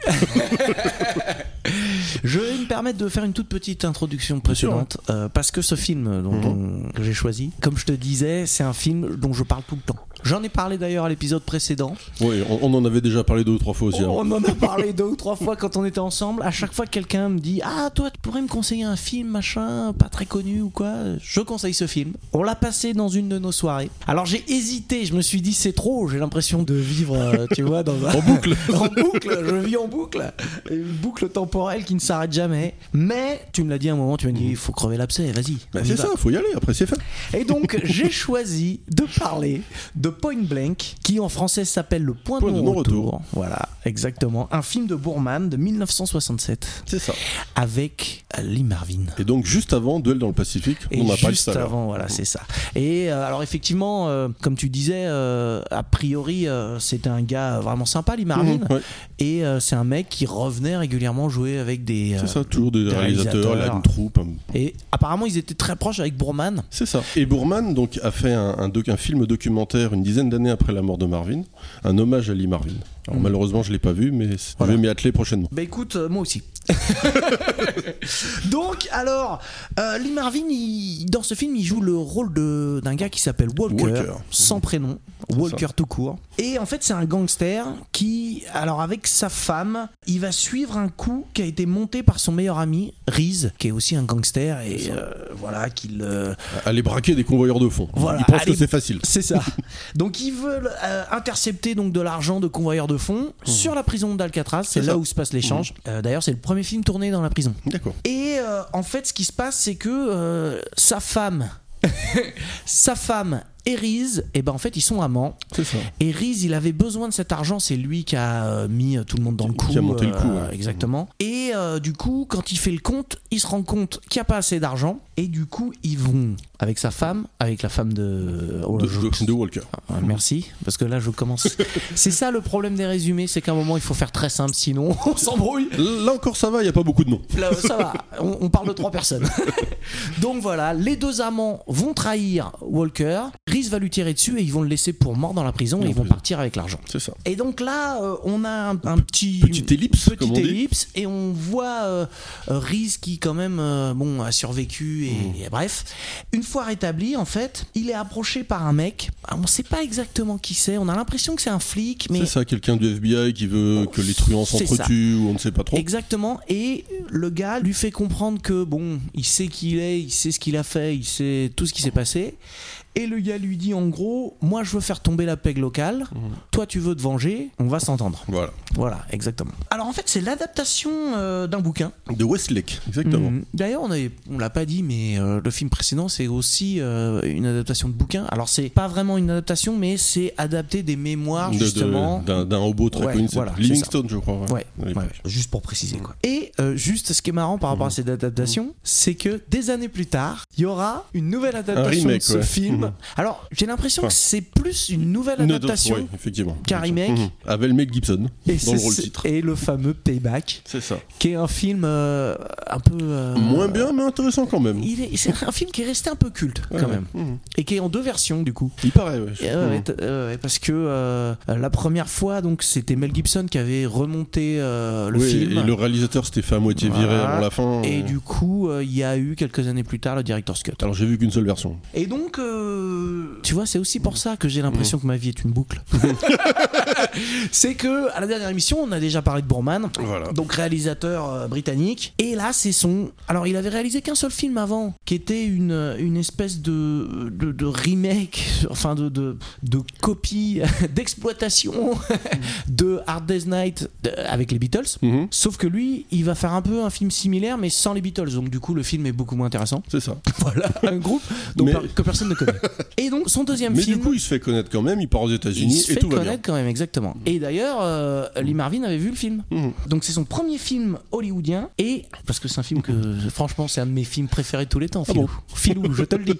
je vais me permettre de faire une toute petite introduction
hein.
précédente euh, parce que ce film dont,
Mhm.
dont- que j'ai choisi, comme je te disais, c'est un film dont je parle tout le temps. J'en ai parlé d'ailleurs à l'épisode précédent.
Oui, on, on en avait déjà parlé deux ou trois fois aussi. avant.
On en a parlé deux ou trois fois quand on était ensemble. À chaque fois, quelqu'un me dit Ah, toi, tu pourrais me conseiller un film, machin, pas très connu ou quoi Je conseille ce film. On l'a passé dans une de nos soirées. Alors, j'ai hésité, je me suis dit C'est trop, j'ai l'impression de vivre, euh, tu vois, dans un-
En boucle.
en boucle, je vis en boucle. Une boucle temporelle qui ne s'arrête jamais. Mais, tu me l'as dit à un moment, tu m'as dit Il faut crever l'abcès, vas-y.
Mhm. Bah,
on y
c'est
va.
ça, faut y aller. Après c'est fait.
Et donc, j'ai choisi de parler de Point Blank, qui en français s'appelle Le Point, de non-retour. Voilà, exactement. Un film de Bourman de 1967
C'est ça.
avec euh, Lee Marvin.
Et donc juste avant Duel dans le Pacifique,
Et
on n'a pas de
juste
ça.
avant, voilà, c'est ça. Et euh, alors effectivement, euh, comme tu disais, euh, a priori, euh, c'était un gars vraiment sympa, Lee Marvin.
Mhm, ouais.
Et euh, c'est un mec qui revenait régulièrement jouer avec des... euh,
C'est ça, toujours des,
Des
réalisateurs,
réalisateurs.
là, une troupe.
Et apparemment, ils étaient très proches avec Bourman.
C'est ça. Et Bourman donc a fait un, un doc- un film documentaire une dizaine d'années après la mort de Marvin, un hommage à Lee Marvin. Alors malheureusement je l'ai pas vu, mais c-
Mm. Voilà.
je vais m'y atteler prochainement.
Bah écoute, euh, moi aussi. Donc alors, euh, Lee Marvin, il- dans ce film, il joue le rôle de- d'un gars qui s'appelle Walker,
Walker.
sans prénom, Walker tout court. Et en fait, c'est un gangster qui, alors avec sa femme, il va suivre un coup qui a été monté par son meilleur ami, Reese, qui est aussi un gangster et euh, voilà qu'il euh,
Aller braquer des convoyeurs de fond.
Voilà,
Ils pensent
allez-
que c'est facile.
c'est ça. Donc ils veulent euh, intercepter donc de l'argent de convoyeurs de fonds sur la prison d'Alcatraz. C'est
Mmh. C'est
là
ça. Mmh.
où se passe l'échange. Euh, D'ailleurs, c'est le premier film tourné dans la prison.
D'accord.
Et euh, en fait, ce qui se passe, c'est que euh, sa femme, sa femme et Reese, et ben en fait, ils sont amants.
C'est ça.
Et Reese, il avait besoin de cet argent. C'est lui qui a euh, mis tout le monde dans le coup. euh,
Qui a monté le coup, ouais.
Exactement. Et euh, du coup, quand il fait le compte, il se rend compte qu'il n'y a pas assez d'argent. Et du coup, ils vont avec sa femme, avec la femme de. Oh là,
De,
je-
de- de Walker.
Ah, Merci, parce que là je commence. c'est ça le problème des résumés, c'est qu'à un moment il faut faire très simple, sinon on s'embrouille.
Là encore ça va, il n'y a pas beaucoup de noms.
Là, ça va, on, on parle de trois personnes. Donc voilà, les deux amants vont trahir Walker, Reese va lui tirer dessus et ils vont le laisser pour mort dans la prison et
En
ils vont
prison.
partir avec l'argent.
C'est ça.
Et donc là, euh, on a un, un petit
Petite ellipse,
petite
comme on dit.
ellipse, et on voit euh, euh, Reese qui quand même euh, bon a survécu et,
Mmh.
et bref. Une fois rétabli, en fait, il est approché par un mec. Ah, on sait pas exactement qui c'est. On a l'impression que c'est un flic, mais Oh,
C'est ça, quelqu'un du FBI qui veut que les truands
C'est ça.
s'entretuent ou on ne sait pas trop.
Exactement. Et le gars lui fait comprendre que bon, il sait qui il est, il sait ce qu'il a fait, il sait tout ce qui s'est passé. Et le gars lui dit en gros, moi je veux faire tomber la peg locale,
Mmh.
toi tu veux te venger, on va s'entendre.
Voilà.
Voilà, exactement. Alors en fait, c'est l'adaptation euh, d'un bouquin.
De Westlake, exactement.
Mhm. D'ailleurs, on avait- on l'a pas dit, mais euh, le film précédent, c'est aussi euh, une adaptation de bouquin. Alors c'est pas vraiment une adaptation, mais c'est adapté des mémoires
De- de-
Ah, justement.
D'un d'un hobo très
Ouais,
connu, c'est
voilà, c'est
Livingstone, je crois. ouais,
Ouais,
à l'époque.
ouais, juste pour préciser quoi. Mm. Et euh, juste ce qui est marrant par rapport à cette adaptation, c'est que des années plus tard, il y aura une nouvelle adaptation
remake,
de ce
ouais.
film.
Mhm.
Alors j'ai l'impression
Enfin,
que c'est plus une nouvelle
Une
adaptation
autre- ouais, effectivement.
qu'un remake.
Mhm. Avec Mel Gibson
et,
dans le
c'est-
rôle titre.
et le fameux Payback,
C'est ça.
qui est un film euh, un peu euh,
Moins bien, mais intéressant quand même.
Il est- c'est un film qui est resté un peu culte
Ouais, Mm.
quand
ouais.
même,
Mhm.
et qui est en deux versions du coup.
Il paraît, ouais.
Et ouais, ouais, t- euh, ouais, parce que euh, la première fois, donc c'était Mel Gibson qui avait remonté euh, le
Oui,
film.
Et le réalisateur s'était fait à moitié virer
Voilà.
avant la fin.
Et
euh.
du coup, euh, il y a eu quelques années plus tard le director's cut.
Alors j'ai vu qu'une seule version.
Et donc, euh, Mm. tu vois, c'est aussi pour ça que j'ai l'impression que ma vie est une boucle. c'est que à la dernière émission, on a déjà parlé de Borman,
Voilà.
donc réalisateur euh, britannique. Et là, c'est son. Alors, il avait réalisé qu'un seul film avant, qui était une, une espèce de, de, de remake, enfin de, de, de copie, d'exploitation de Hard Day's Night de- avec les Beatles.
Mhm.
Sauf que lui, il va faire un peu un film similaire, mais sans les Beatles. Donc, du coup, le film est beaucoup moins intéressant.
C'est ça.
Voilà, un groupe donc,
Mais-
par- que personne ne connaît. Et donc, son deuxième
Mais
film.
du coup, il se fait connaître quand même, il part aux
il
États-Unis
se
et
fait
tout va bien.
connaître quand même, exactement. Et d'ailleurs, euh, Lee Marvin avait vu le film.
Mhm.
Donc c'est son premier film hollywoodien. Et parce que c'est un film que, euh, franchement, c'est un de mes films préférés de tous les temps,
Ah
Filou. Filou, je te le dis.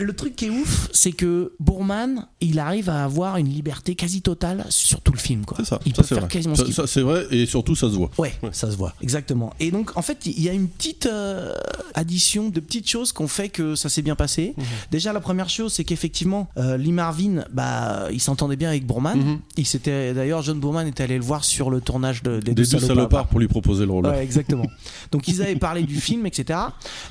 le truc qui est ouf, c'est que Bourman, il arrive à avoir une liberté quasi totale sur tout le film. Quoi.
C'est ça.
Il
ça,
peut
c'est
faire
vrai.
quasiment ce
Ça,
qu'il
ça, c'est vrai, et surtout, ça se voit.
Ouais, ça se voit. Exactement. Et donc, en fait, il y a une petite euh, addition de petites choses qu'on fait que ça s'est bien passé.
Mhm.
Déjà, la première chose, c'est qu'effectivement, euh, Lee Marvin, bah, il s'entendait bien avec Bourman.
Mhm.
Il s'était, d'ailleurs, John Bourman était allé le voir sur le tournage de, des,
Des deux salopards pour lui proposer le rôle.
Ouais, exactement. Donc ils avaient parlé du film, etc.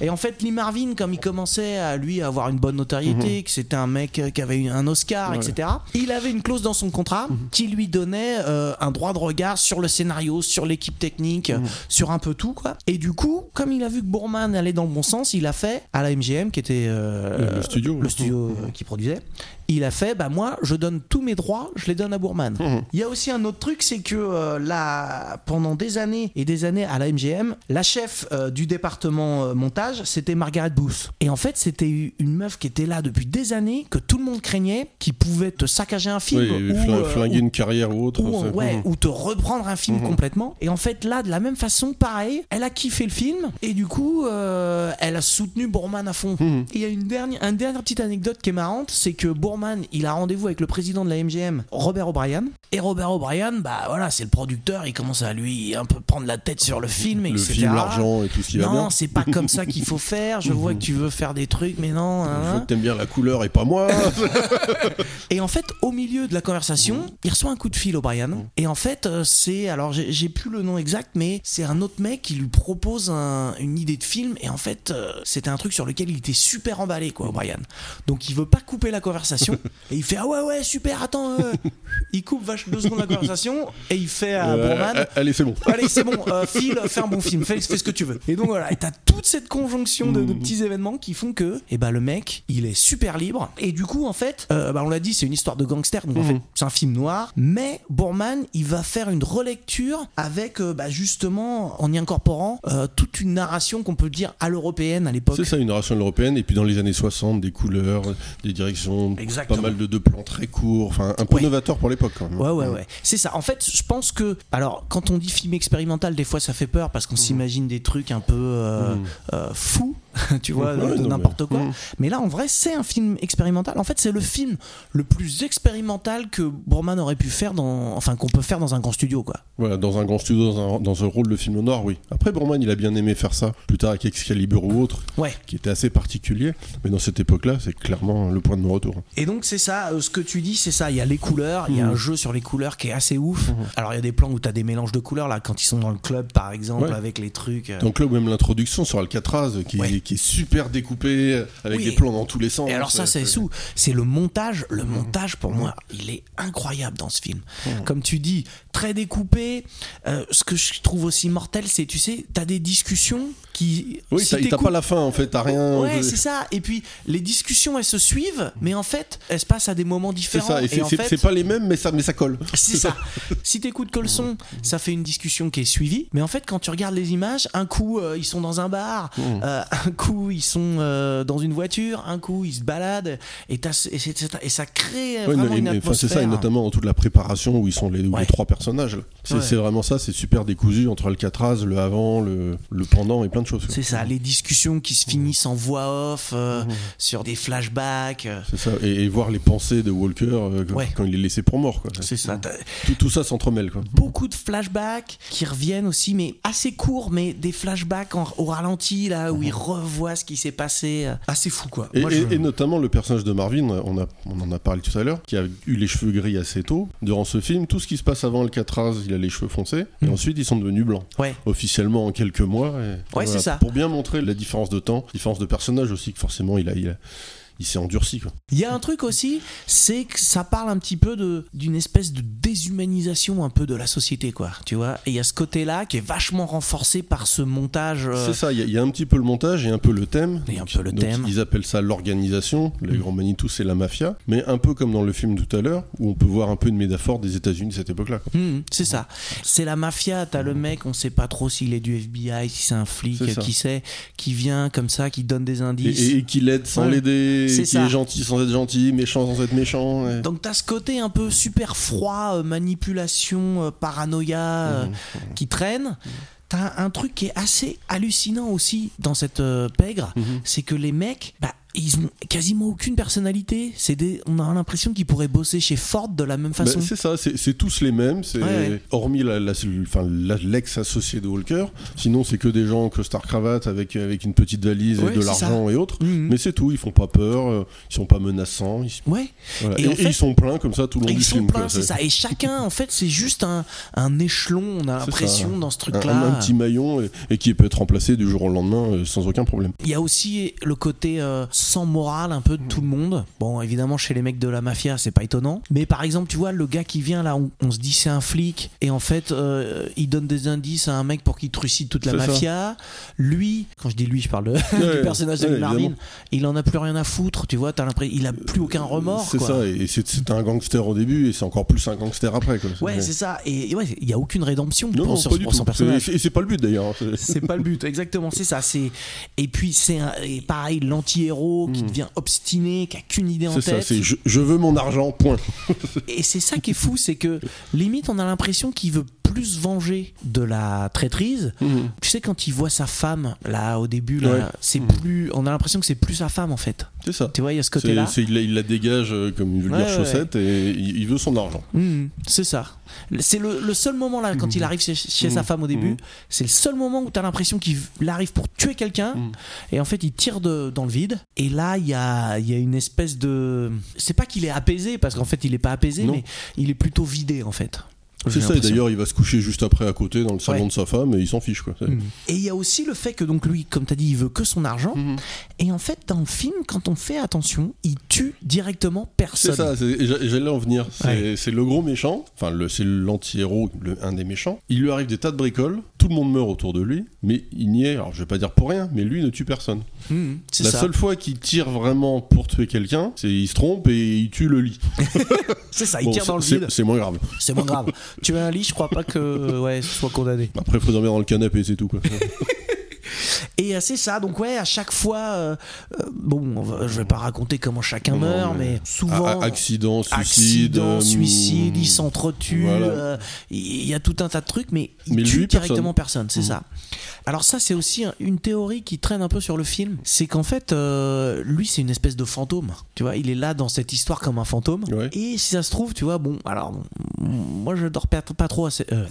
Et en fait, Lee Marvin, comme il commençait à lui avoir une bonne
Mhm.
notoriété, que c'était un mec euh, qui avait eu un Oscar, etc. Il avait une clause dans son contrat
Mhm.
qui lui donnait euh, un droit de regard sur le scénario, sur l'équipe technique,
Mhm.
euh, sur un peu tout, quoi. Et du coup, comme il a vu que Bourman allait dans le bon sens, il a fait à la MGM, qui était euh,
Le- le studio.
le studio
Mhm.
euh, qui produisait. Il a fait, bah moi, je donne tous mes droits, je les donne à Bourman.
Mhm.
Il y a aussi un autre truc, c'est que euh, là, pendant des années et des années à la MGM, la chef euh, du département euh, montage, c'était Margaret Booth. Et en fait, c'était une meuf qui était là depuis des années, que tout le monde craignait, qui pouvait te saccager un film
Oui, et
ou,
flin-
euh,
flinguer
ou-
une carrière ou autre.
ou,
c'est-
ouais,
Mhm.
ou te reprendre un film complètement. Et en fait, là, de la même façon, pareil, elle a kiffé le film et du coup, euh, elle a soutenu Bourman à fond.
Mhm.
Et Il y a une dernière, une dernière petite anecdote qui est marrante, c'est que Bourman, il a rendez-vous avec le président de la MGM, Robert O'Brien. Et Robert O'Brien, bah voilà, c'est le producteur, il commence à lui un peu prendre la tête sur le film,
Le
etc.
film, l'argent et tout ce qui va bien. Mhm.
non, c'est pas comme ça qu'il faut faire. Je vois que tu veux faire des trucs, mais non.
Je
hein.
vois que t'aimes bien la couleur et pas moi.
Et en fait, au milieu de la conversation, il reçoit un coup de fil O'Brien. Et en fait, euh, c'est. Alors, j'ai j'ai plus le nom exact, mais c'est un autre mec qui lui propose un- une idée de film. Et en fait, euh, c'était un truc sur lequel il était super emballé, quoi, O'Brien. Donc, il veut pas couper la conversation. et il fait Ah ouais, ouais, super, attends. euh. Il coupe vache deux secondes la conversation. Et il fait à
Euh,
Bourman
a- Allez, c'est bon.
Allez, c'est bon, euh, Phil, fais un bon film, fais, fais ce que tu veux. Et donc voilà, et t'as toute cette conjonction de, de petits événements qui font que, et ben le mec, il est super libre. Et du coup, en fait, euh, bah, on l'a dit, c'est une histoire de gangster, donc en fait, c'est un film noir. Mais Bourman, il va faire une relecture avec, euh, bah, justement, en y incorporant euh, toute une narration qu'on peut dire à l'européenne à l'époque.
C'est ça, une narration européenne. Et puis dans les années 60, des couleurs, des directions,
Exactement.
pas mal de, de plans très courts. Enfin, un peu
Ouais.
novateur pour l'époque quand même.
Ouais, ouais, ouais. C'est ça. En fait, je pense que. Alors, quand on dit film expérimental, des fois ça fait peur parce qu'on
Mmh.
s'imagine des trucs un peu euh, euh, fous, tu vois,
Mmh. Ouais,
de- de
non, mais-
n'importe quoi. Mais là, en vrai, c'est un film expérimental. En fait, c'est le film le plus expérimental que Bourman aurait pu faire dans. Enfin, qu'on peut faire dans un grand studio, quoi.
Voilà, dans un grand studio, dans un, dans un rôle de film noir, oui. Après, Borman, il a bien aimé faire ça, plus tard avec Excalibur ou autre,
Ouais.
qui était assez particulier. Mais dans cette époque-là, c'est clairement le point de non-retour.
Et donc c'est ça, euh, ce que tu dis, c'est ça. Il y a les couleurs, il y
Mmh.
a un jeu sur les couleurs qui est assez ouf. Alors il y a des plans où t'as des mélanges de couleurs là, quand ils sont dans le club par exemple,
Ouais.
avec les trucs. euh,
Donc là, même l'introduction sur Alcatraz, qui,
Ouais.
qui est super découpée, avec
Oui.
des plans dans tous les sens. euh, Mhm.
Et alors ça, c'est sous. C'est le montage. Le montage, pour moi, il est incroyable dans ce film. Comme tu dis, très découpé. Euh, ce que je trouve aussi mortel, c'est, tu sais, t'as des discussions qui.
Oui,
si
t'as- t'as
t'écoutes-
pas la fin euh, en fait, t'as rien.
Ouais,
je-
c'est ça. Et puis les discussions, elles se suivent, mais en fait, elles se passent à des moments
c'est
différents.
ça. Et
Et
c'est
en
c'est-
fait,
c'est pas les mêmes, mais ça, mais ça colle.
c'est ça. si t'écoutes que le son, ça fait une discussion qui est suivie. Mais en fait, quand tu regardes les images, un coup euh, ils sont dans un bar,
Mmh.
euh, un coup ils sont euh, dans une voiture, un coup ils se baladent, et, t'as- et c'est- et ça crée
Ouais,
vraiment
mais-
une
mais- enfin,
atmosphère.
c'est ça, et notamment en toute la préparation où ils sont les, où
Ouais.
les trois personnages. là. C'est
Ouais.
c'est vraiment ça, c'est super décousu entre Alcatraz, le avant, le, le pendant et plein de choses. quoi.
C'est ça, les discussions qui se finissent en voix off, euh,
Mmh.
sur des flashbacks. euh,
C'est ça. Et, et voir les pensées de Walker euh, quand-
Ouais.
quand il est laissé pour mort. Quoi.
C'est ça. t'as-
Tout, tout ça s'entremêle. Quoi.
beaucoup de flashbacks qui reviennent aussi, mais assez courts, mais des flashbacks en- au ralenti, là, où il revoit ce qui s'est passé. euh, Assez fou, quoi.
Mmh. Et,
Moi, je-
et- et notamment le personnage de Marvin, on, a, on en a parlé tout à l'heure, qui a eu les cheveux gris assez tôt. Durant ce film, tout ce qui se passe avant Alcatraz, il a les cheveux foncés, et
Mm.
ensuite ils sont devenus blancs.
Ouais.
Officiellement en quelques mois. et-
c'est ça.
Pour bien montrer la différence de temps, différence de personnage aussi, que forcément il a. Il a- il s'est endurci quoi.
Il y a un truc aussi, c'est que ça parle un petit peu de- d'une espèce de déshumanisation un peu de la société, quoi. Tu vois Et il y a ce côté-là qui est vachement renforcé par ce montage. euh,
C'est ça, il y, a- il y a un petit peu le montage et un peu le thème.
Et un peu le
Donc,
thème. Hmm.
Ils appellent ça l'organisation, les grands Manitou c'est la mafia, mais un peu comme dans le film tout à l'heure, où on peut voir un peu une métaphore des États-Unis de cette époque-là. quoi.
Mhm, c'est ça. C'est la mafia. T'as le mec, on sait pas trop s'il est du FBI, si c'est un flic,
C'est ça.
qui sait, qui vient comme ça, qui donne des
Et,
indices.
et- et qui l'aide sans
Ouais.
l'aider,
C'est
et qui
ça.
est gentil sans être gentil, méchant sans être méchant. ouais.
Donc t'as ce côté un peu super froid, euh, manipulation, euh, paranoïa euh,
Mhm.
qui traîne. T'as un truc qui est assez hallucinant aussi dans cette euh, pègre,
Mhm.
c'est que les mecs, bah, ils ont quasiment aucune personnalité. C'est des, on a l'impression qu'ils pourraient bosser chez Ford de la même
Bah,
façon.
c'est ça, c'est c'est tous les mêmes, c'est
Ouais, ouais.
hormis la- la- enfin, la- l'ex-associé de Walker, sinon c'est que des gens en costard-cravate avec, avec une petite valise
Ouais,
et de
c'est ça.
l'argent et autres,
Mhm.
mais c'est tout, ils font pas peur, euh, ils sont pas menaçants, ils,
ouais.
voilà.
Et
et,
en
et
fait-
ils sont pleins comme ça tout le long
Et
du
ils sont
film.
pleins,
quoi,
c'est ça. Et chacun, en fait, c'est juste un, un échelon. On a
ça.
l'impression dans ce
Un,
truc-là.
un- un petit maillon et, et qui peut être remplacé du jour au lendemain euh, sans aucun problème.
Il y a aussi le côté euh, sans morale un peu de tout le monde. Bon, évidemment, chez les mecs de la mafia, c'est pas étonnant. Mais par exemple, tu vois, le gars qui vient là, on, on se dit c'est un flic, et en fait, euh, il donne des indices à un mec pour qu'il trucide toute la
C'est ça.
mafia. Lui, quand je dis lui, je parle de- du
Ouais,
personnage de
ouais,
Marvin,
évidemment.
il en a plus rien à foutre, tu vois, t'as l'impression, il a plus aucun remords.
C'est
quoi.
ça, et c'est c'est un gangster au début et c'est encore plus un gangster après. Quoi.
Ouais, c'est ça. Et et ouais, il y a aucune rédemption
Non,
pour,
non,
sur-
pas du
pour son
tout.
personnage.
C'est- Et c'est pas le but d'ailleurs. C'est-
C'est pas le but, exactement, c'est ça. C'est et puis c'est un- et pareil l'anti-héros qui devient obstiné, qui a qu'une idée en
Hmm. C'est ça,
tête.
c'est je, je veux mon argent, point.
et c'est ça qui est fou, c'est que limite on a l'impression qu'il veut plus se venger de la traîtrise. Tu sais quand il voit sa femme là au début, là,
Hmm. Ouais. Hmm.
c'est plus, on a l'impression que c'est plus sa femme en fait.
C'est ça.
Tu vois, il y a ce
C'est-
côté-là.
c'est- il, la, il la dégage euh, comme une vulgaire
Ouais, ouais,
chaussette et il, il veut son argent.
Mhm, c'est ça. C'est le, le seul moment là,
Mm.
quand il arrive chez, chez sa femme au début, c'est le seul moment où t'as l'impression qu'il v- arrive pour tuer quelqu'un,
Mm.
et en fait il tire de- dans le vide. Et là, il y a, il y a une espèce de. C'est pas qu'il est apaisé, parce qu'en fait il est pas apaisé,
Non.
mais il est plutôt vidé en fait. J'ai
C'est ça, et
l'impression.
d'ailleurs, il va se coucher juste après à côté dans le salon
Ouais. Hmm.
de sa femme et il s'en fiche. Quoi. C'est-
Et il y a aussi le fait que donc lui, comme t'as dit, il veut que son argent.
Mm-hmm.
Et en fait, dans le film, quand on fait attention, il tue directement
C'est
personne.
ça, c'est- et j'a- j'allais en venir. C'est
Ouais.
c'est le gros méchant, enfin le- c'est l'anti-héros, le- un des méchants. Il lui arrive des tas de bricoles, tout le monde meurt autour de lui, mais il n'y est, alors je vais pas dire pour rien, mais lui ne tue personne.
Mhm, c'est
La
ça.
seule fois qu'il tire vraiment pour tuer quelqu'un, c'est il se trompe et il tue le lit.
C'est ça, Ah, il
Bon,
tire dans le
c'est-
vide.
C'est moins grave.
C'est moins grave. tu as un lit, je crois pas que ouais, ce soit condamné.
Après, il faut dormir dans le canapé, c'est tout. Quoi.
Et euh, c'est ça, donc ouais, à chaque fois, euh, euh, bon, on va- je vais pas raconter comment chacun
Non,
meurt,
mais-
mais souvent.
A- accident, suicide.
accident,
euh,
suicide,
hmm.
il s'entretue,
voilà.
euh, il y a tout un tas de trucs, mais il
Mais
tue
lui, Mmh.
directement personne, c'est ça. Alors ça, c'est aussi un- une théorie qui traîne un peu sur le film, c'est qu'en fait, euh, lui, c'est une espèce de fantôme, tu vois, il est là dans cette histoire comme un fantôme,
Ouais.
et si ça se trouve, tu vois, bon, alors, bon, moi, je dors pas, pas trop à ces- euh,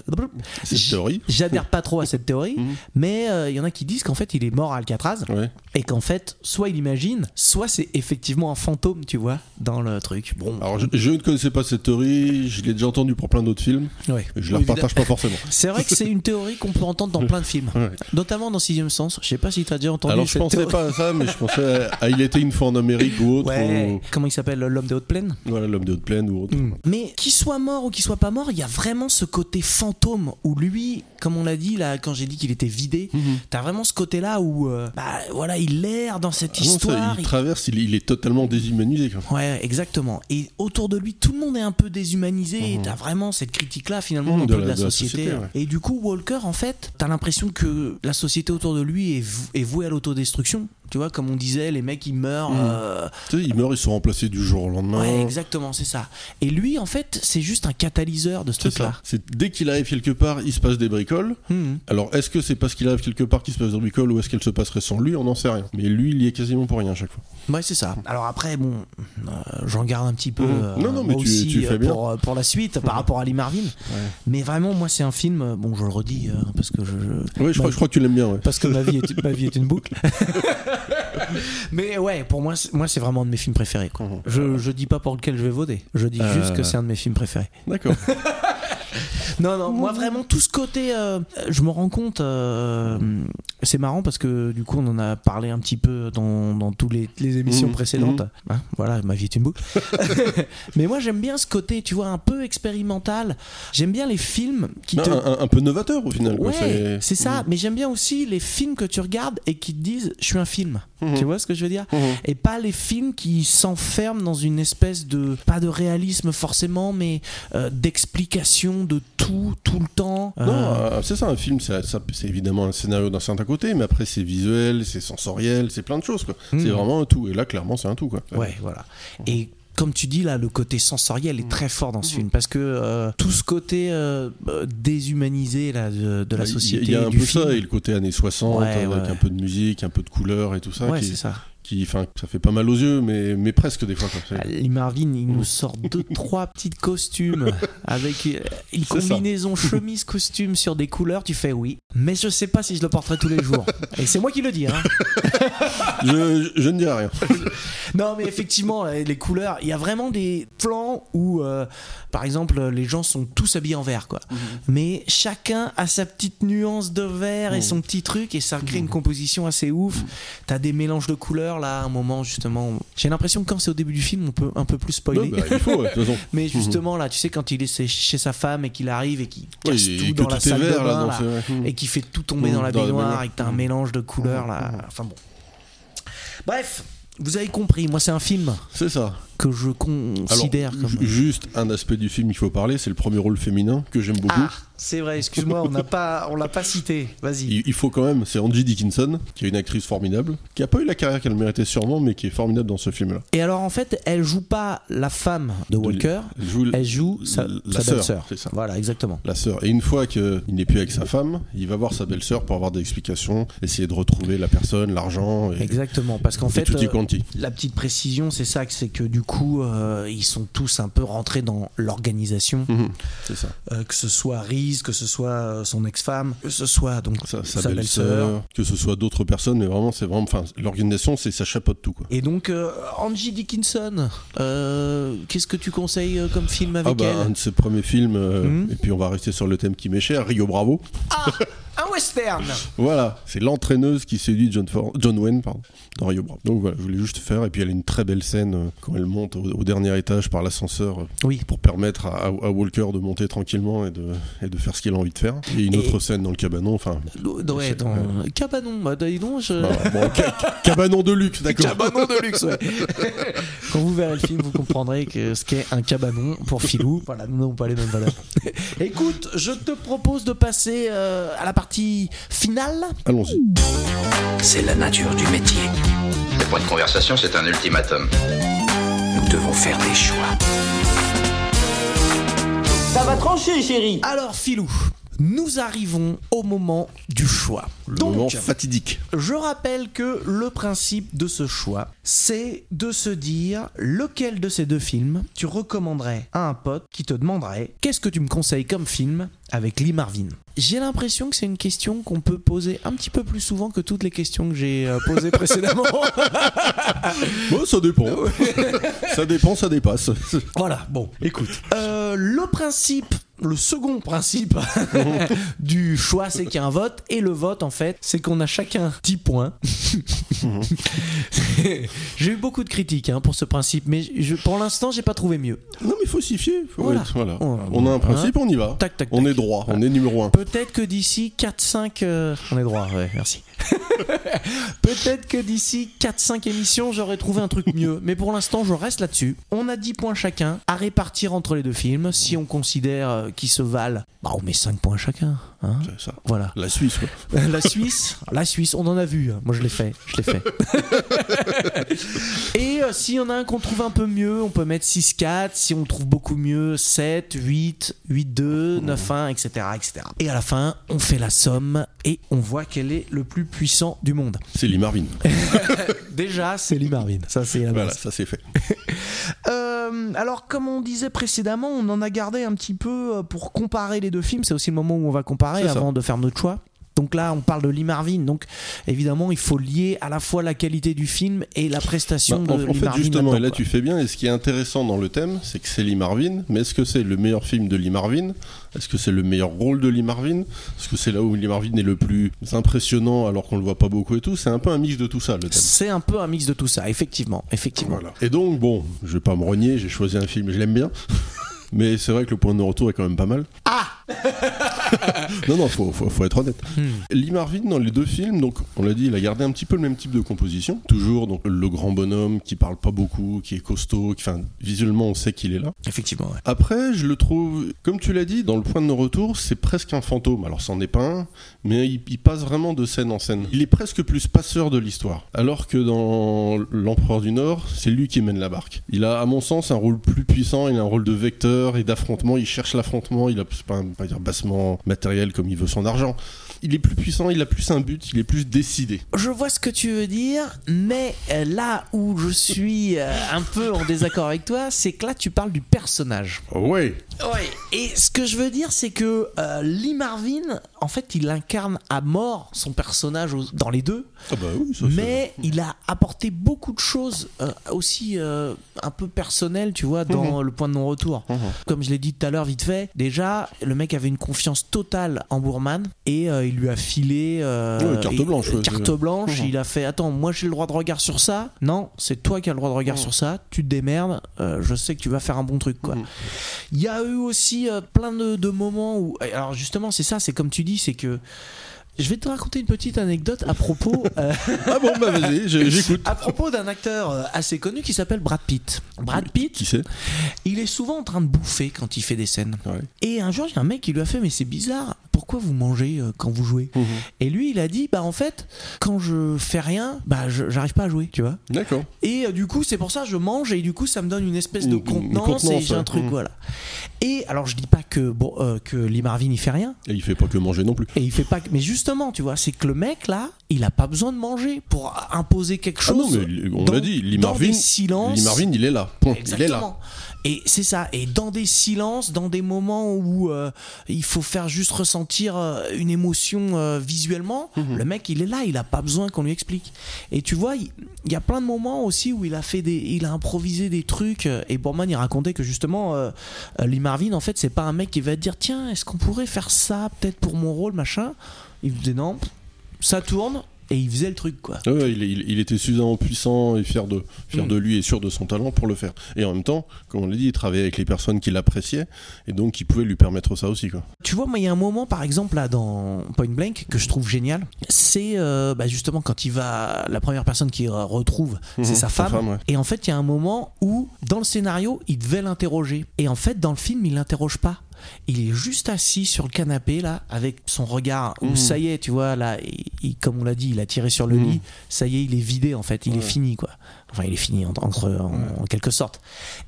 Cette
j-
théorie. Mmh.
J'adhère pas trop à cette théorie, mais euh, il y en a qui disent qu'en fait, il est mort à Alcatraz,
Ouais.
et qu'en fait, soit il imagine, soit c'est effectivement un fantôme, tu vois, dans le truc. Bon,
Alors, je, je ne connaissais pas cette théorie, je l'ai déjà entendue pour plein d'autres films.
ouais.
Je la partage pas forcément.
C'est vrai que c'est une théorie qu'on peut entendre dans plein de films,
Ouais.
notamment dans Sixième Sens. Je sais pas si t'as déjà entendu
Alors, je
cette
pensais
théorie.
pas à ça, mais je pensais à, à Il était une fois en Amérique ou autre.
Ouais. Mm.
ou-
Comment il s'appelle l'homme des hautes plaines
voilà, l'homme de haute plaine ou autre. Ah
Mais qu'il soit mort ou qu'il soit pas mort, il y a vraiment
Mhm.
ce côté fantôme où lui, comme on l'a dit là, quand j'ai dit qu'il était vidé, t'as vraiment ce côté-là là où euh, bah, voilà, il erre dans cette
Ah non, ça,
histoire.
il
il-
traverse, il, il est totalement déshumanisé. quoi.
Ouais, exactement. Et autour de lui, tout le monde est un peu déshumanisé. Et t'as vraiment cette critique-là, finalement,
Mhm,
un
de
peu
la-
de la
de la
société.
société, ouais.
Et du coup, Walker, en fait, t'as l'impression que la société autour de lui est, vou- est vouée à l'autodestruction. Tu vois, comme on disait, les mecs, ils meurent.
Mhm.
euh,
Tu sais, ils meurent, ils sont remplacés du jour au lendemain.
Ouais, exactement, c'est ça. Et lui, en fait, c'est juste un catalyseur de ce
C'est ça.
truc-là.
C'est dès qu'il arrive quelque part, il se passe des bricoles.
Mhm.
Alors, est-ce que c'est parce qu'il arrive quelque part qu'il se passe des bricoles ou est-ce qu'elle se passerait sans lui On n'en sait rien. Mais lui, il y est quasiment pour rien à chaque fois.
Ouais, c'est ça. Alors après, bon, euh, j'en garde un petit peu.
Mhm.
euh,
Non, non, mais
moi
tu-
aussi,
tu
euh,
fais bien.
Pour, euh, pour la suite, par rapport à Lee Marvin. Mais vraiment, moi, c'est un film. euh, Bon, je le redis euh, parce que je. je-
Oui, je, crois,
ma-
Bah, je crois que tu l'aimes bien. Ouais.
Parce que ma vie est, ma vie est une boucle. mais ouais, pour moi, c'est- moi, c'est vraiment un de mes films préférés. quoi.
Mhm. Euh.
Je, je dis pas pour lequel je vais voter. Je dis juste que c'est un de mes films préférés.
D'accord.
Non, non, moi vraiment tout ce côté, euh, je me rends compte, euh, c'est marrant parce que du coup on en a parlé un petit peu dans, dans toutes les, les émissions
Mhm,
précédentes. Hein, voilà, ma vie est une boucle. Mais moi j'aime bien ce côté, tu vois, un peu expérimental. J'aime bien les films qui
Non,
te...
un, un- un peu novateur au final. quoi.
Ouais, c'est ça.
Mhm.
Mais j'aime bien aussi les films que tu regardes et qui te disent je suis un film.
Mhm.
Tu vois ce que je veux dire
Mhm.
Et pas les films qui s'enferment dans une espèce de pas de réalisme forcément, mais euh, d'explication de tout tout le temps.
Non,
Euh,
euh, c'est ça, un film, ça- ça- c'est évidemment un scénario d'un certain côté, mais après c'est visuel, c'est sensoriel, c'est plein de choses. quoi.
Mhm.
C'est vraiment un tout. Et là, clairement, c'est un tout. Quoi.
Ouais, voilà. Et comme tu dis là, le côté sensoriel
Mm.
est très fort dans
Mm-hmm.
ce film parce que euh, tout ce côté euh, euh, déshumanisé là, de, de la
Il Bah, y a-
société,
Il y a un
du
peu
film.
ça, et le côté années 60,
Ouais,
avec
ouais.
un peu de musique, un peu de couleur et tout ça,
Ouais,
qui,
c'est ça.
qui- enfin, ça fait pas mal aux yeux, mais, mais presque des fois. quoi. C'est-
Ah, Lee Marvin, il nous sort deux, trois petits costumes avec euh, une
C'est ça.
combinaison chemise-costume sur des couleurs. Tu fais oui, mais je sais pas si je le porterai tous les jours. Et c'est moi qui le dis. hein.
je, je- je ne dirai rien.
Non, mais effectivement, euh, les couleurs, il y a vraiment des plans où, euh, par exemple, les gens sont tous habillés en vert, quoi.
Mhm.
Mais chacun a sa petite nuance de vert
Mhm.
et son petit truc, et ça crée une composition assez ouf. T'as des mélanges de couleurs là, à un moment justement. J'ai l'impression que quand c'est au début du film, on peut un peu plus spoiler.
Non, bah, il faut, ouais, de toute façon.
Mais justement, là, tu sais, quand il est chez- chez sa femme et qu'il arrive et qu'il
Ouais,
casse
et
tout
que
dans
tout
la
est
salle
vert,
de
là,
bain,
dans
là,
ce- ouais.
et qu'il fait tout tomber
Mmh,
dans la
dans la
baignoire
baignoire. Mhm.
et que t'as un mélange de couleurs, là. Enfin bon. Bref, vous avez compris, moi, c'est un film
C'est ça.
que je
Alors,
considère
ju-
comme.
juste un aspect du film qu'il faut parler, c'est le premier rôle féminin que j'aime beaucoup.
Ah, c'est vrai, excuse-moi, on n'a pas, on l'a pas cité. Vas-y.
Il il faut quand même, c'est Angie Dickinson, qui est une actrice formidable, qui a pas eu la carrière qu'elle méritait sûrement, mais qui est formidable dans ce film-là.
Et alors, en fait, elle joue pas la femme de Walker,
Elle joue
elle joue sa,
la
sa
sœur,
belle-sœur.
c'est ça.
Voilà, exactement.
la sœur. Et une fois qu'il n'est plus avec sa femme, il va voir sa belle-sœur pour avoir des explications, essayer de retrouver la personne, l'argent, et,
Exactement, parce qu'en
et
fait.
tutti
euh,
quanti.
La petite précision, c'est ça, que c'est que du coup, euh, ils sont tous un peu rentrés dans l'organisation,
Mhm, c'est ça.
Euh, que ce soit Reese, que ce soit euh, son ex-femme, que ce soit donc
Sa,
sa,
sa
belle-sœur.
belle-sœur, que ce soit d'autres personnes, mais vraiment, c'est vraiment, enfin, l'organisation, c'est ça chapeaute tout, quoi.
Et donc, euh, Angie Dickinson, euh, qu'est-ce que tu conseilles euh, comme film avec
ah bah, un
elle
de ses premiers films, euh,
Mhm.
et puis on va rester sur le thème qui m'est cher, Rio Bravo.
Un western
Voilà, c'est l'entraîneuse qui séduit John, For- John Wayne pardon, dans Rio Bravo. Donc voilà, je voulais juste faire, et puis elle a une très belle scène euh, quand elle monte au, au dernier étage par l'ascenseur euh,
Oui.
pour permettre à, à- à Walker de monter tranquillement et de, et de faire ce qu'il a envie de faire. Et une
Et-
autre scène dans le cabanon, enfin.
Ouais, dans Cabanon, bah, dis donc, je-
bah, bon, ca- ca- cabanon de luxe, d'accord.
Cabanon de luxe, ouais. Quand vous verrez le film, vous comprendrez que ce qu'est un cabanon pour Filou. Voilà, nous n'avons pas les mêmes valeurs. Écoute, je te propose de passer euh, à la partie finale.
Allons-y.
C'est la nature du métier.
Le point de conversation, c'est un ultimatum.
Nous devons faire des choix.
Alors, Filou, nous arrivons au moment du choix.
Le
Donc,
moment fatidique.
je rappelle que le principe de ce choix, c'est de se dire lequel de ces deux films tu recommanderais à un pote qui te demanderait qu'est-ce que tu me conseilles comme film avec Lee Marvin. J'ai l'impression que c'est une question qu'on peut poser un petit peu plus souvent que toutes les questions que j'ai euh, posées précédemment.
Bon, ça dépend. ça dépend, ça dépasse.
Voilà, bon, écoute. Euh, le principe, le second principe du choix, c'est qu'il y a un vote. Et le vote, en fait, c'est qu'on a chacun 10 points. j'ai eu beaucoup de critiques hein, pour ce principe, mais je, pour l'instant, j'ai pas trouvé mieux.
Non, mais faut s'y fier. faut
Voilà.
être- voilà.
On- Hein
On a un principe, on y va.
Tac, tac,
on
tac.
est droit, on est numéro 1.
Peut-être que d'ici 4-5. euh, On est droit, ouais, merci. Peut-être que d'ici 4-5 émissions, j'aurai trouvé un truc mieux. Mais pour l'instant, je reste là-dessus. On a 10 points chacun à répartir entre les deux films. Si on considère euh, qu'ils se valent, bah, on met 5 points chacun. hein.
C'est ça.
voilà.
La Suisse, quoi.
Euh, La Suisse, la Suisse, on en a vu. Moi, je l'ai fait, je l'ai fait. Et euh, s'il y en a un qu'on trouve un peu mieux, on peut mettre 6-4. Si on le trouve beaucoup mieux, 7, 8, 8-2, 9-1, etc., etc. Et à la fin, on fait la somme et on voit quel est le plus puissant du monde.
C'est Lee Marvin.
Déjà, c'est Limarvin. Ça, Eh ben, c'est la
voilà,
base.
ça c'est fait.
Euh, alors, comme on disait précédemment, on en a gardé un petit peu euh, pour comparer les deux films. C'est aussi le moment où on va comparer
C'est ça.
avant de faire notre choix. Donc là, on parle de Lee Marvin. Donc évidemment, il faut lier à la fois la qualité du film et la prestation
Bah, en-
de
en,
Lee
fait,
Marvin
justement,
là-dedans,
et là
quoi.
tu fais bien, et ce qui est intéressant dans le thème, c'est que c'est Lee Marvin, mais est-ce que c'est le meilleur film de Lee Marvin Est-ce que c'est le meilleur rôle de Lee Marvin Est-ce que c'est là où Lee Marvin est le plus impressionnant alors qu'on le voit pas beaucoup et tout C'est un peu un mix de tout ça, le thème.
C'est un peu un mix de tout ça, effectivement, effectivement.
Voilà. Et donc, bon, je vais pas me renier, j'ai choisi un film, je l'aime bien. Mais c'est vrai que le point de retour est quand même pas mal. Ah Non, non, faut, faut, faut être honnête. Lee Marvin, dans les deux films, donc, on l'a dit, il a gardé un petit peu le même type de composition. Toujours donc, le grand bonhomme qui parle pas beaucoup, qui est costaud, qui, enfin, visuellement, on sait qu'il est là.
Effectivement, ouais.
Après, je le trouve, comme tu l'as dit, dans le point de nos retours, c'est presque un fantôme. Alors, c'en est pas un, mais il, il passe vraiment de scène en scène. Il est presque plus passeur de l'histoire. Alors que dans L'Empereur du Nord, c'est lui qui mène la barque. Il a, à mon sens, un rôle plus puissant. Il a un rôle de vecteur et d'affrontement. Il cherche l'affrontement. Il a c'est pas un pas dire bassement matériel comme il veut son argent. Il est plus puissant. Il a plus un but. Il est plus décidé.
Je vois ce que tu veux dire, mais euh, là où je suis euh, un peu en désaccord avec toi, c'est que là tu parles du personnage.
ouais.
Ouais, et ce que je veux dire, c'est que euh, Lee Marvin, en fait, il incarne à mort son personnage aux- dans les deux,
Ah bah oui. ça, c'est-
mais il a apporté beaucoup de choses euh, aussi euh, un peu personnelles, tu vois, dans le point de non-retour. Comme je l'ai dit tout à l'heure, vite fait, déjà, le mec avait une confiance totale en Bourman et euh, il lui a filé. euh,
Ouais, carte
et-
blanche, ouais,
carte
c'est-
blanche, il a fait Attends, moi j'ai le droit de regard sur ça. Non, c'est toi qui as le droit de regard sur ça. Tu te démerdes. euh, je sais que tu vas faire un bon truc, quoi. Il y a eu aussi euh, plein de, de moments où. Alors justement, c'est ça, c'est comme tu dis, c'est que. Je vais te raconter une petite anecdote à propos. euh,
Ah bon, bah vas-y, j'ai- j'écoute.
à propos d'un acteur euh, assez connu qui s'appelle Brad Pitt. Brad Pitt,
Qui c'est
il est souvent en train de bouffer quand il fait des scènes.
Ouais.
Et un jour, il y a un mec qui lui a fait Mais c'est bizarre, pourquoi vous mangez euh, quand vous jouez
Mhm.
Et lui, il a dit Bah en fait, quand je fais rien, bah je- j'arrive pas à jouer, tu vois.
D'accord.
Et euh, du coup, c'est pour ça que je mange et du coup, ça me donne une espèce de
Une- une
contenance, et
contenance,
j'ai un
ouais.
truc,
Mhm.
voilà. Et alors, je dis pas que, bon, euh, que Lee Marvin, il fait rien.
Et il fait pas que manger non plus.
Et il fait pas. que- Mais justement, tu vois, c'est que le mec là, il a pas besoin de manger pour imposer quelque
Ah
chose.
non, mais il- on
dans-
l'a dit, Lee
dans
Marvin,
des silences.
Lee Marvin, il est là. Point. Il est là.
Exactement. Et c'est ça. Et dans des silences, dans des moments où euh, il faut faire juste ressentir euh, une émotion euh, visuellement,
Mhm.
le mec, il est là. Il a pas besoin qu'on lui explique. Et tu vois, il il y a plein de moments aussi où il a fait des, il a improvisé des trucs. euh, Et Borman, il racontait que justement, euh, euh, Lee Marvin, en fait, c'est pas un mec qui va dire tiens, est-ce qu'on pourrait faire ça peut-être pour mon rôle, machin. Il disait non, ça tourne. Et il faisait le truc quoi.
Ouais, ouais, il, est- il- il était suffisamment puissant et fier de, fier
Mm.
de lui et sûr de son talent pour le faire. Et en même temps, comme on l'a dit, il travaillait avec les personnes qui l'appréciaient et donc qui pouvaient lui permettre ça aussi. Quoi.
Tu vois, moi, il y a un moment, par exemple, là, dans Point Blank, que je trouve génial. C'est euh, bah, justement quand il va. La première personne qu'il euh, retrouve, c'est
Mhm,
sa
sa
femme.
femme, ouais.
Et en fait, il y a un moment où, dans le scénario, il devait l'interroger. Et en fait, dans le film, il l'interroge pas. Il est juste assis sur le canapé, là, avec son regard.
Mhm.
Où ça y est, tu vois, là, il- il- comme on l'a dit, il a tiré sur le lit. Ça y est, il est vidé, en fait. Il est fini, quoi. Enfin, il est fini, en, entre- en- en quelque sorte.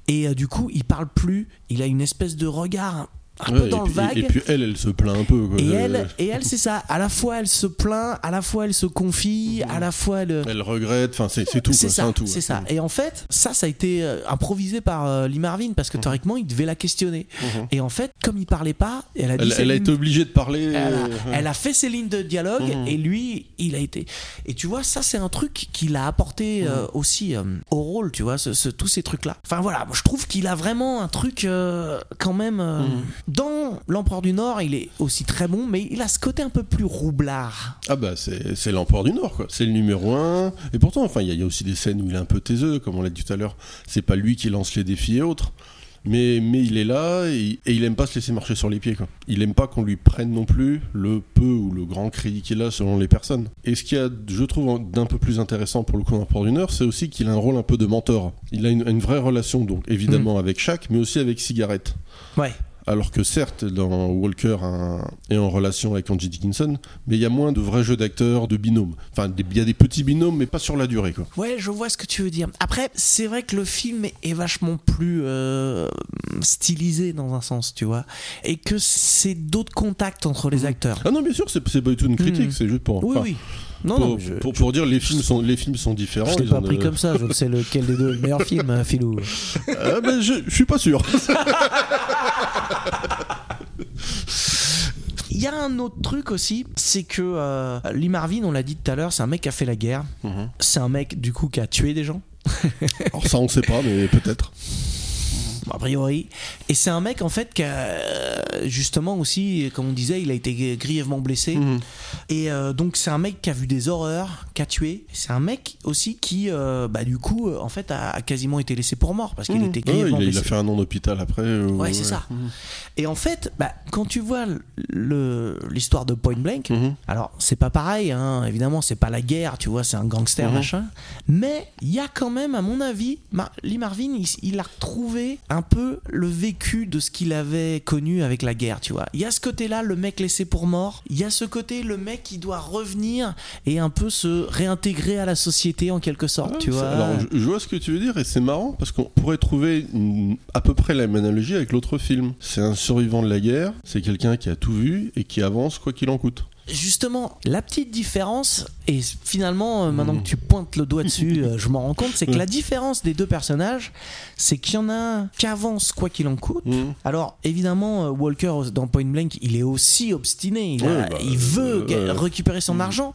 Et euh, du coup, il parle plus. Il a une espèce de regard. Un
Ouais,
peu dans
et,
le
puis,
vague.
et puis elle, elle se plaint un peu. Quoi.
Et
Euh,
elle, et elle c'est ça. À la fois, elle se plaint, à la fois, elle se confie, à la fois, elle. euh,
elle regrette, enfin c'est c'est tout.
C'est
quoi,
ça,
un tout,
c'est
ouais.
ça. Et en fait, ça, ça a été euh, improvisé par euh, Lee Marvin parce que
Mhm.
théoriquement, il devait la questionner. Et en fait, comme il parlait pas, elle a dit.
Elle,
ses
elle a
lignes-
été obligée de parler.
elle a,
euh,
Ah, elle a fait ses lignes de dialogue
Mhm.
et lui, il a été. Et tu vois, ça, c'est un truc qu'il a apporté euh,
Mhm.
aussi euh, au rôle, tu vois, ce- ce- tous ces trucs-là. Enfin voilà, je trouve qu'il a vraiment un truc euh, quand même. euh,
Mhm.
Dans L'Empereur du Nord, il est aussi très bon, mais il a ce côté un peu plus roublard.
Ah bah c'est c'est l'empereur du Nord quoi, c'est le numéro un. Et pourtant, enfin il y, a- il y a aussi des scènes où il est un peu taiseux, comme on l'a dit tout à l'heure. C'est pas lui qui lance les défis et autres. Mais, mais il est là et, et il aime pas se laisser marcher sur les pieds. Quoi. Il aime pas qu'on lui prenne non plus le peu ou le grand crédit qu'il a selon les personnes. Et ce qu'il y a, je trouve, d'un peu plus intéressant pour le coup dans Port du Nord, c'est aussi qu'il a un rôle un peu de mentor. Il a une, une vraie relation, donc évidemment avec Shaq, mais aussi avec Cigarette.
Ouais.
Alors que certes, dans Walker un- est en relation avec Angie Dickinson, mais il y a moins de vrais jeux d'acteurs, de binômes. Enfin, des- il y a des petits binômes, mais pas sur la durée, quoi.
Ouais, je vois ce que tu veux dire. Après, c'est vrai que le film est vachement plus euh, stylisé dans un sens, tu vois, et que c'est d'autres contacts entre les acteurs.
Ah non, bien sûr, c'est c'est pas du tout une critique,
Mhm.
c'est juste pour,
Oui,
enfin,
oui. Non,
pour,
non, mais je,
pour- pour dire les films sont les films sont différents.
je l'ai
ils
pas
en,
pris
euh,
comme ça. Je ne sais lequel des deux est le meilleur film, hein, Philou.
Ah ben, je, je suis pas sûr.
Il y a un autre truc aussi, c'est que euh, Lee Marvin, on l'a dit tout à l'heure, c'est un mec qui a fait la guerre.
Mhm.
C'est un mec du coup qui a tué des gens.
Alors ça, on sait pas, mais peut-être.
a priori. Et c'est un mec en fait qui a euh, justement aussi, comme on disait, il a été grièvement blessé.
Mhm.
Et euh, donc c'est un mec qui a vu des horreurs, qui a tué. C'est un mec aussi qui, euh, bah, du coup, euh, en fait, a, a quasiment été laissé pour mort parce qu'il était
Ouais, il,
grièvement
a, Mhm. Ah il a
blessé.
fait un an d'hôpital après. euh,
Ouais, c'est ça. Et en fait, bah, quand tu vois le- le- l'histoire de Point Blank,
Mhm.
alors c'est pas pareil, hein, évidemment, c'est pas la guerre, tu vois, c'est un gangster,
Mhm.
machin. Mais il y a quand même, à mon avis, Mar- Lee Marvin, il, il a retrouvé un peu le vécu de ce qu'il avait connu avec la guerre, tu vois. Il y a ce côté-là, le mec laissé pour mort. Il y a ce côté, le mec qui doit revenir et un peu se réintégrer à la société en quelque sorte,
Ouais,
tu
c'est-
vois.
Alors, je, je vois ce que tu veux dire et c'est marrant parce qu'on pourrait trouver une- à peu près la même analogie avec l'autre film. C'est un survivant de la guerre, c'est quelqu'un qui a tout vu et qui avance quoi qu'il en coûte.
Mm. Justement, la petite différence, et finalement, euh,
Mm.
maintenant que tu pointes le doigt dessus, euh, je m'en rends compte, c'est que la différence des deux personnages, c'est qu'il y en a un qui avance quoi qu'il en coûte.
Mhm.
Alors, évidemment, euh, Walker dans Point Blank, il est aussi obstiné, il, a-
Ouais, bah,
il veut
euh,
ga-
ouais.
récupérer son argent.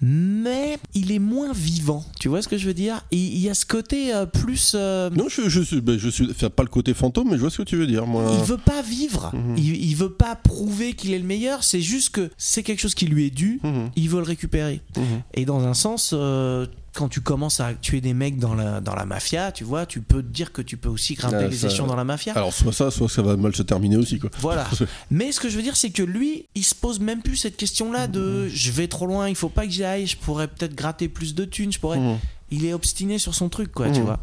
Mais il est moins vivant, tu vois ce que je veux dire Et Il y a ce côté euh, plus. euh,
Non, je, je suis, ben, je suis, enfin, pas le côté fantôme, mais je vois ce que tu veux dire. Moi,
il veut pas vivre,
Mhm.
il, il veut pas prouver qu'il est le meilleur, c'est juste que c'est quelque chose qui lui est dû,
Mhm.
il veut le récupérer.
Mhm.
Et dans un sens, euh, quand tu commences à tuer des mecs dans la, dans la mafia, tu vois, tu peux te dire que tu peux aussi grimper
Ah,
les
ça-
échelons dans la mafia.
Alors soit ça, soit ça va mal se terminer aussi quoi.
Voilà. Mais ce que je veux dire, c'est que lui, il se pose même plus cette question-là de je vais trop loin, il faut pas que j'y aille, je pourrais peut-être gratter plus de thunes, je pourrais.
Mhm.
Il est obstiné sur son truc, quoi, tu vois.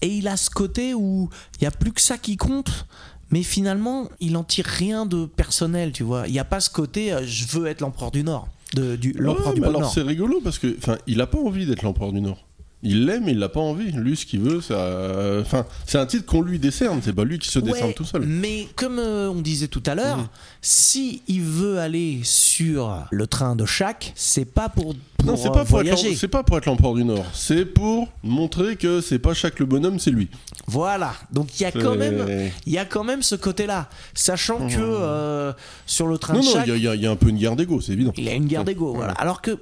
Et il a ce côté où il y a plus que ça qui compte. Mais finalement, il en tire rien de personnel, tu vois. Il n'y a pas ce côté euh, je veux être l'empereur du Nord, de, du l'empereur
Ouais,
du
mais
pôle
alors
Nord.
c'est rigolo parce que enfin il a pas envie d'être l'empereur du Nord. Il l'aime, mais il l'a pas envie. Lui, ce qu'il veut, ça. euh, Enfin, c'est un titre qu'on lui décerne. C'est pas lui qui se
Ouais,
décerne tout seul. Mhm.
Mais comme euh, on disait tout à l'heure, si il veut aller sur le train de chaque, c'est pas pour, pour,
Non, c'est
euh,
pas pour, être,
voyager.
l'em- c'est pas pour être l'empereur du Nord. C'est pour montrer que c'est pas chaque le bonhomme, c'est lui.
Voilà. Donc il y a quand
C'est- Mmh.
même il y a quand même ce côté-là, sachant que euh, sur le train
Non,
de
non,
chaque,
il y, a- Mmh. il y a- il y a un peu une guerre d'ego, c'est évident.
il y a une guerre d'ego, voilà. Alors que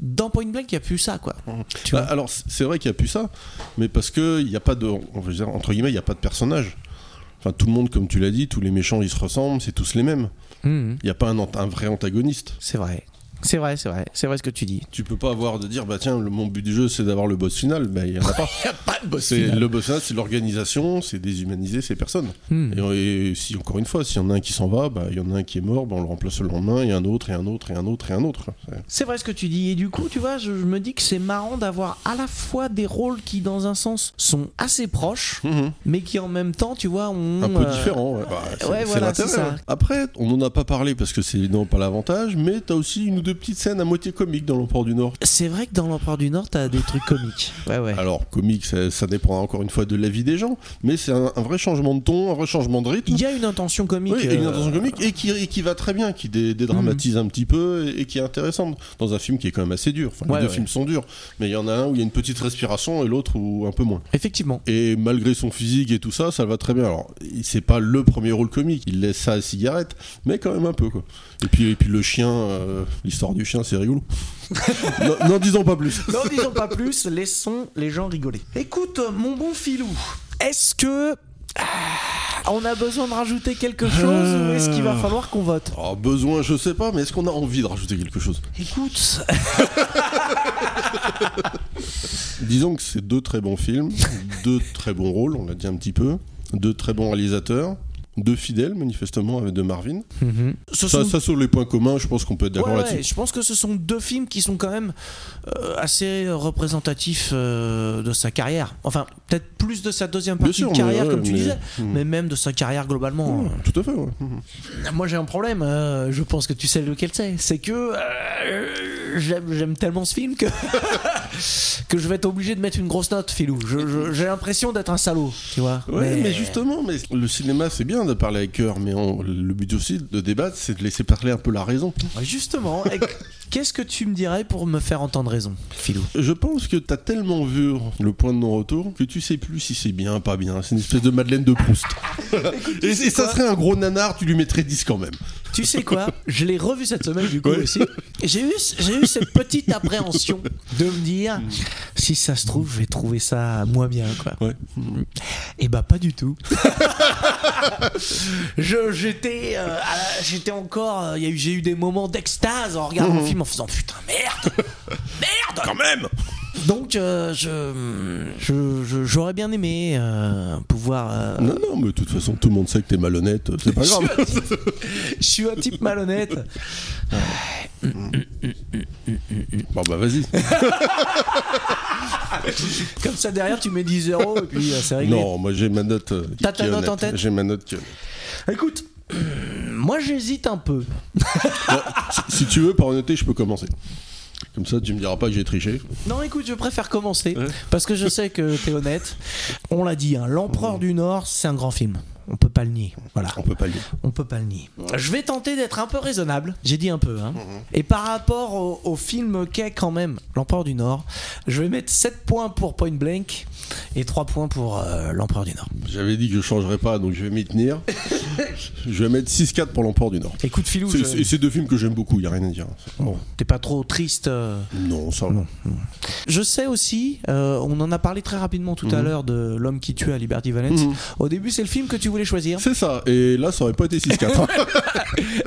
dans Point Blank, il y a plus ça quoi. Tu
Bah,
vois.
alors, c'est c'est vrai qu'il n'y a plus ça, mais parce que il n'y a pas de. on va dire, entre guillemets, il n'y a pas de personnage. Enfin, tout le monde, comme tu l'as dit, tous les méchants, ils se ressemblent, c'est tous les mêmes.
Mhm.
Il n'y a pas un, ant- un vrai antagoniste.
C'est vrai. C'est vrai, c'est vrai, c'est vrai ce que tu dis.
Tu peux pas avoir de dire, bah tiens, le, mon but du jeu, c'est d'avoir le boss final. Bah, il n'y en a pas. C'est- Le boss final, c'est l'organisation, c'est déshumaniser ces personnes.
Hmm.
Et, et si, encore une fois, s'il y en a un qui s'en va, bah, il y en a un qui est mort, bah, on le remplace le lendemain, et un autre, et un autre, et un autre, et un autre. C'est-
C'est vrai ce que tu dis. Et du coup, tu vois, je, je me dis que c'est marrant d'avoir à la fois des rôles qui, dans un sens, sont assez proches, mais qui en même temps, tu vois, ont.
Mmh. Un peu
euh,
différent, ouais. Bah, c'est-
ouais,
c'est
voilà,
l'intérêt,
c'est ça.
hein. Après, on n'en a pas parlé parce que c'est évidemment pas l'avantage, mais t'as aussi une ou deux petites scènes à moitié comiques dans l'Empereur du Nord.
C'est vrai que dans l'Empereur du Nord, t'as des trucs comiques. Ouais, ouais.
Alors, comique, ça, ça dépendra encore une fois de l'avis des gens, mais c'est un, un vrai changement de ton, un vrai changement de rythme.
Il y a une intention comique.
Oui, et une
euh, Mm.
intention comique et qui, et qui va très bien, qui dé- dédramatise un petit peu et, et qui est intéressante dans un film qui est quand même assez dur. Enfin,
Ouais,
les deux
ouais.
films sont durs, mais il y en a un où il y a une petite respiration et l'autre où un peu moins.
Effectivement.
Et malgré son physique et tout ça, ça va très bien. Alors, il- c'est pas le premier rôle comique, il laisse ça à cigarette, mais quand même un peu quoi. Et puis, et puis le chien, euh, l'histoire du chien, c'est rigolo. Non- N'en disons pas plus.
N'en disons pas plus, laissons les gens rigoler. Écoute, euh, mon bon filou, est-ce que. Ah, On a besoin de rajouter quelque chose ou est-ce qu'il va falloir qu'on vote
Alors, Oh, besoin, je sais pas, mais est-ce qu'on a envie de rajouter quelque chose
Écoute,
Disons que c'est deux très bons films, deux très bons rôles, on l'a dit un petit peu. deux très bons réalisateurs, deux fidèles manifestement avec de Marvin.
Mhm. Ce
Ça,
sont-
ça, sur les points communs, je pense qu'on peut être d'accord
Ouais, ouais,
là-dessus.
je pense que ce sont deux films qui sont quand même euh, assez représentatifs euh, de sa carrière. Enfin, peut-être plus de sa deuxième
Bien
partie
sûr,
de
mais
carrière,
ouais,
comme tu
mais-
disais,
Mhm.
mais même de sa carrière globalement.
Mhm, Tout à fait. ouais. Mhm.
Moi, j'ai un problème. euh, je pense que tu sais lequel c'est. C'est que euh, j'aime j'aime tellement ce film que que je vais être obligé de mettre une grosse note, Philou. Je- je- J'ai l'impression d'être un salaud, tu vois.
Ouais, mais... justement, mais le cinéma, c'est bien de parler avec cœur, mais on- le but aussi de débattre, c'est de laisser parler un peu la raison.
Justement, et qu'est-ce que tu me dirais pour me faire entendre raison, Philou
Je pense que t'as tellement vu le point de non-retour que tu sais plus si c'est bien, pas bien. C'est une espèce de Madeleine de Proust. et et ça serait un gros nanar, tu lui mettrais 10 quand même.
Tu sais quoi Je l'ai revu cette semaine du coup
Ouais.
aussi. J'ai eu, j'ai eu cette petite appréhension de me dire
Mm.
si ça se trouve, je vais trouver ça moins bien quoi.
Ouais.
Et bah pas du tout. Je- j'étais, euh, à la- j'étais encore, euh, il y a eu, j'ai eu des moments d'extase en regardant
Mm-hmm.
le film en faisant putain merde, merde.
Quand même
Donc euh, je, je- je- j'aurais bien aimé euh, pouvoir. euh,
Non, non, mais de toute façon, tout le monde sait que t'es malhonnête, c'est pas
je, suis
grave.
un type, je suis un type malhonnête.
Bon, bah vas-y.
Comme ça derrière tu mets 10 euros et puis euh, c'est réglé.
Non, moi j'ai ma note. euh,
T'as ta
qui est
note en
honnête.
tête
J'ai ma note. qui est honnête.
Écoute, moi j'hésite un peu.
Si tu veux, par honnêteté, je peux commencer. Comme ça, tu me diras pas que j'ai triché.
Non, écoute, je préfère commencer parce que je sais que t'es honnête. On l'a dit, hein, l'Empereur du Nord, c'est un grand film. On peut pas le nier. Voilà,
On peut pas le dire.
on peut pas le nier. Je vais tenter d'être un peu raisonnable. J'ai dit un peu. hein.
Mm-hmm.
Et par rapport au, au film qu'est quand même l'Empereur du Nord, je vais mettre 7 points pour Point Blank et 3 points pour euh, l'Empereur du Nord.
J'avais dit que je changerais pas, donc je vais m'y tenir. je vais mettre 6-4 pour l'Empereur du Nord.
Écoute, Philou,
C'est-
je-
C'est c'est deux films que j'aime beaucoup, il a rien à dire.
bon, t'es pas trop triste. euh,
Non, ça va.
Je sais aussi, euh, on en a parlé très rapidement tout
Mhm.
à l'heure de L'homme qui tue à Liberty Valence. Au début, c'est le film que tu voulais choisir.
C'est ça, et là ça aurait pas été hein. 6-4.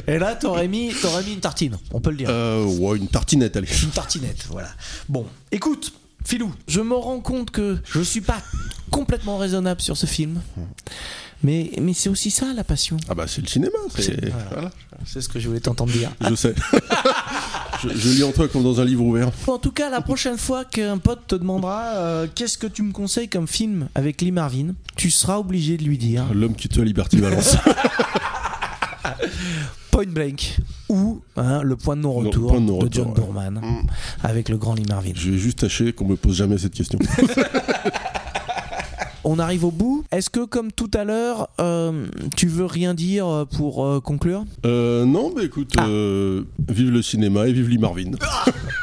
Et là, t'aurais mis, t'aurais mis une tartine, on peut le dire.
euh, ouais, une tartinette, allez.
Une tartinette, voilà. Bon, écoute, Philou, je me rends compte que je suis pas complètement raisonnable sur ce film. Mais, mais c'est aussi ça la passion.
Ah bah c'est le cinéma, c'est.
C'est-
Voilà.
C'est ce que je voulais t'entendre dire.
Je sais. je, je lis en toi comme dans un livre ouvert.
En tout cas, la prochaine fois qu'un pote te demandera euh, qu'est-ce que tu me conseilles comme film avec Lee Marvin, tu seras obligé de lui dire
L'homme qui tue à Liberty Valence.
Point Blank ou hein, le point de
Le
non-retour
point de non-retour,
de John
ouais.
Boorman avec le grand Lee Marvin.
je vais juste tâcher qu'on me pose jamais cette question.
On arrive au bout. Est-ce que, comme tout à l'heure, euh, tu veux rien dire euh, pour euh, conclure
Euh, non, bah écoute,
Ah.
euh, vive le cinéma et vive Lee Marvin.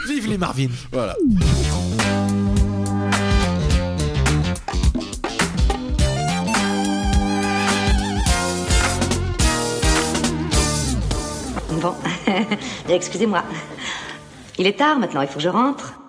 Vive les Marvin
Voilà.
Bon, excusez-moi. Il est tard maintenant, il faut que je rentre.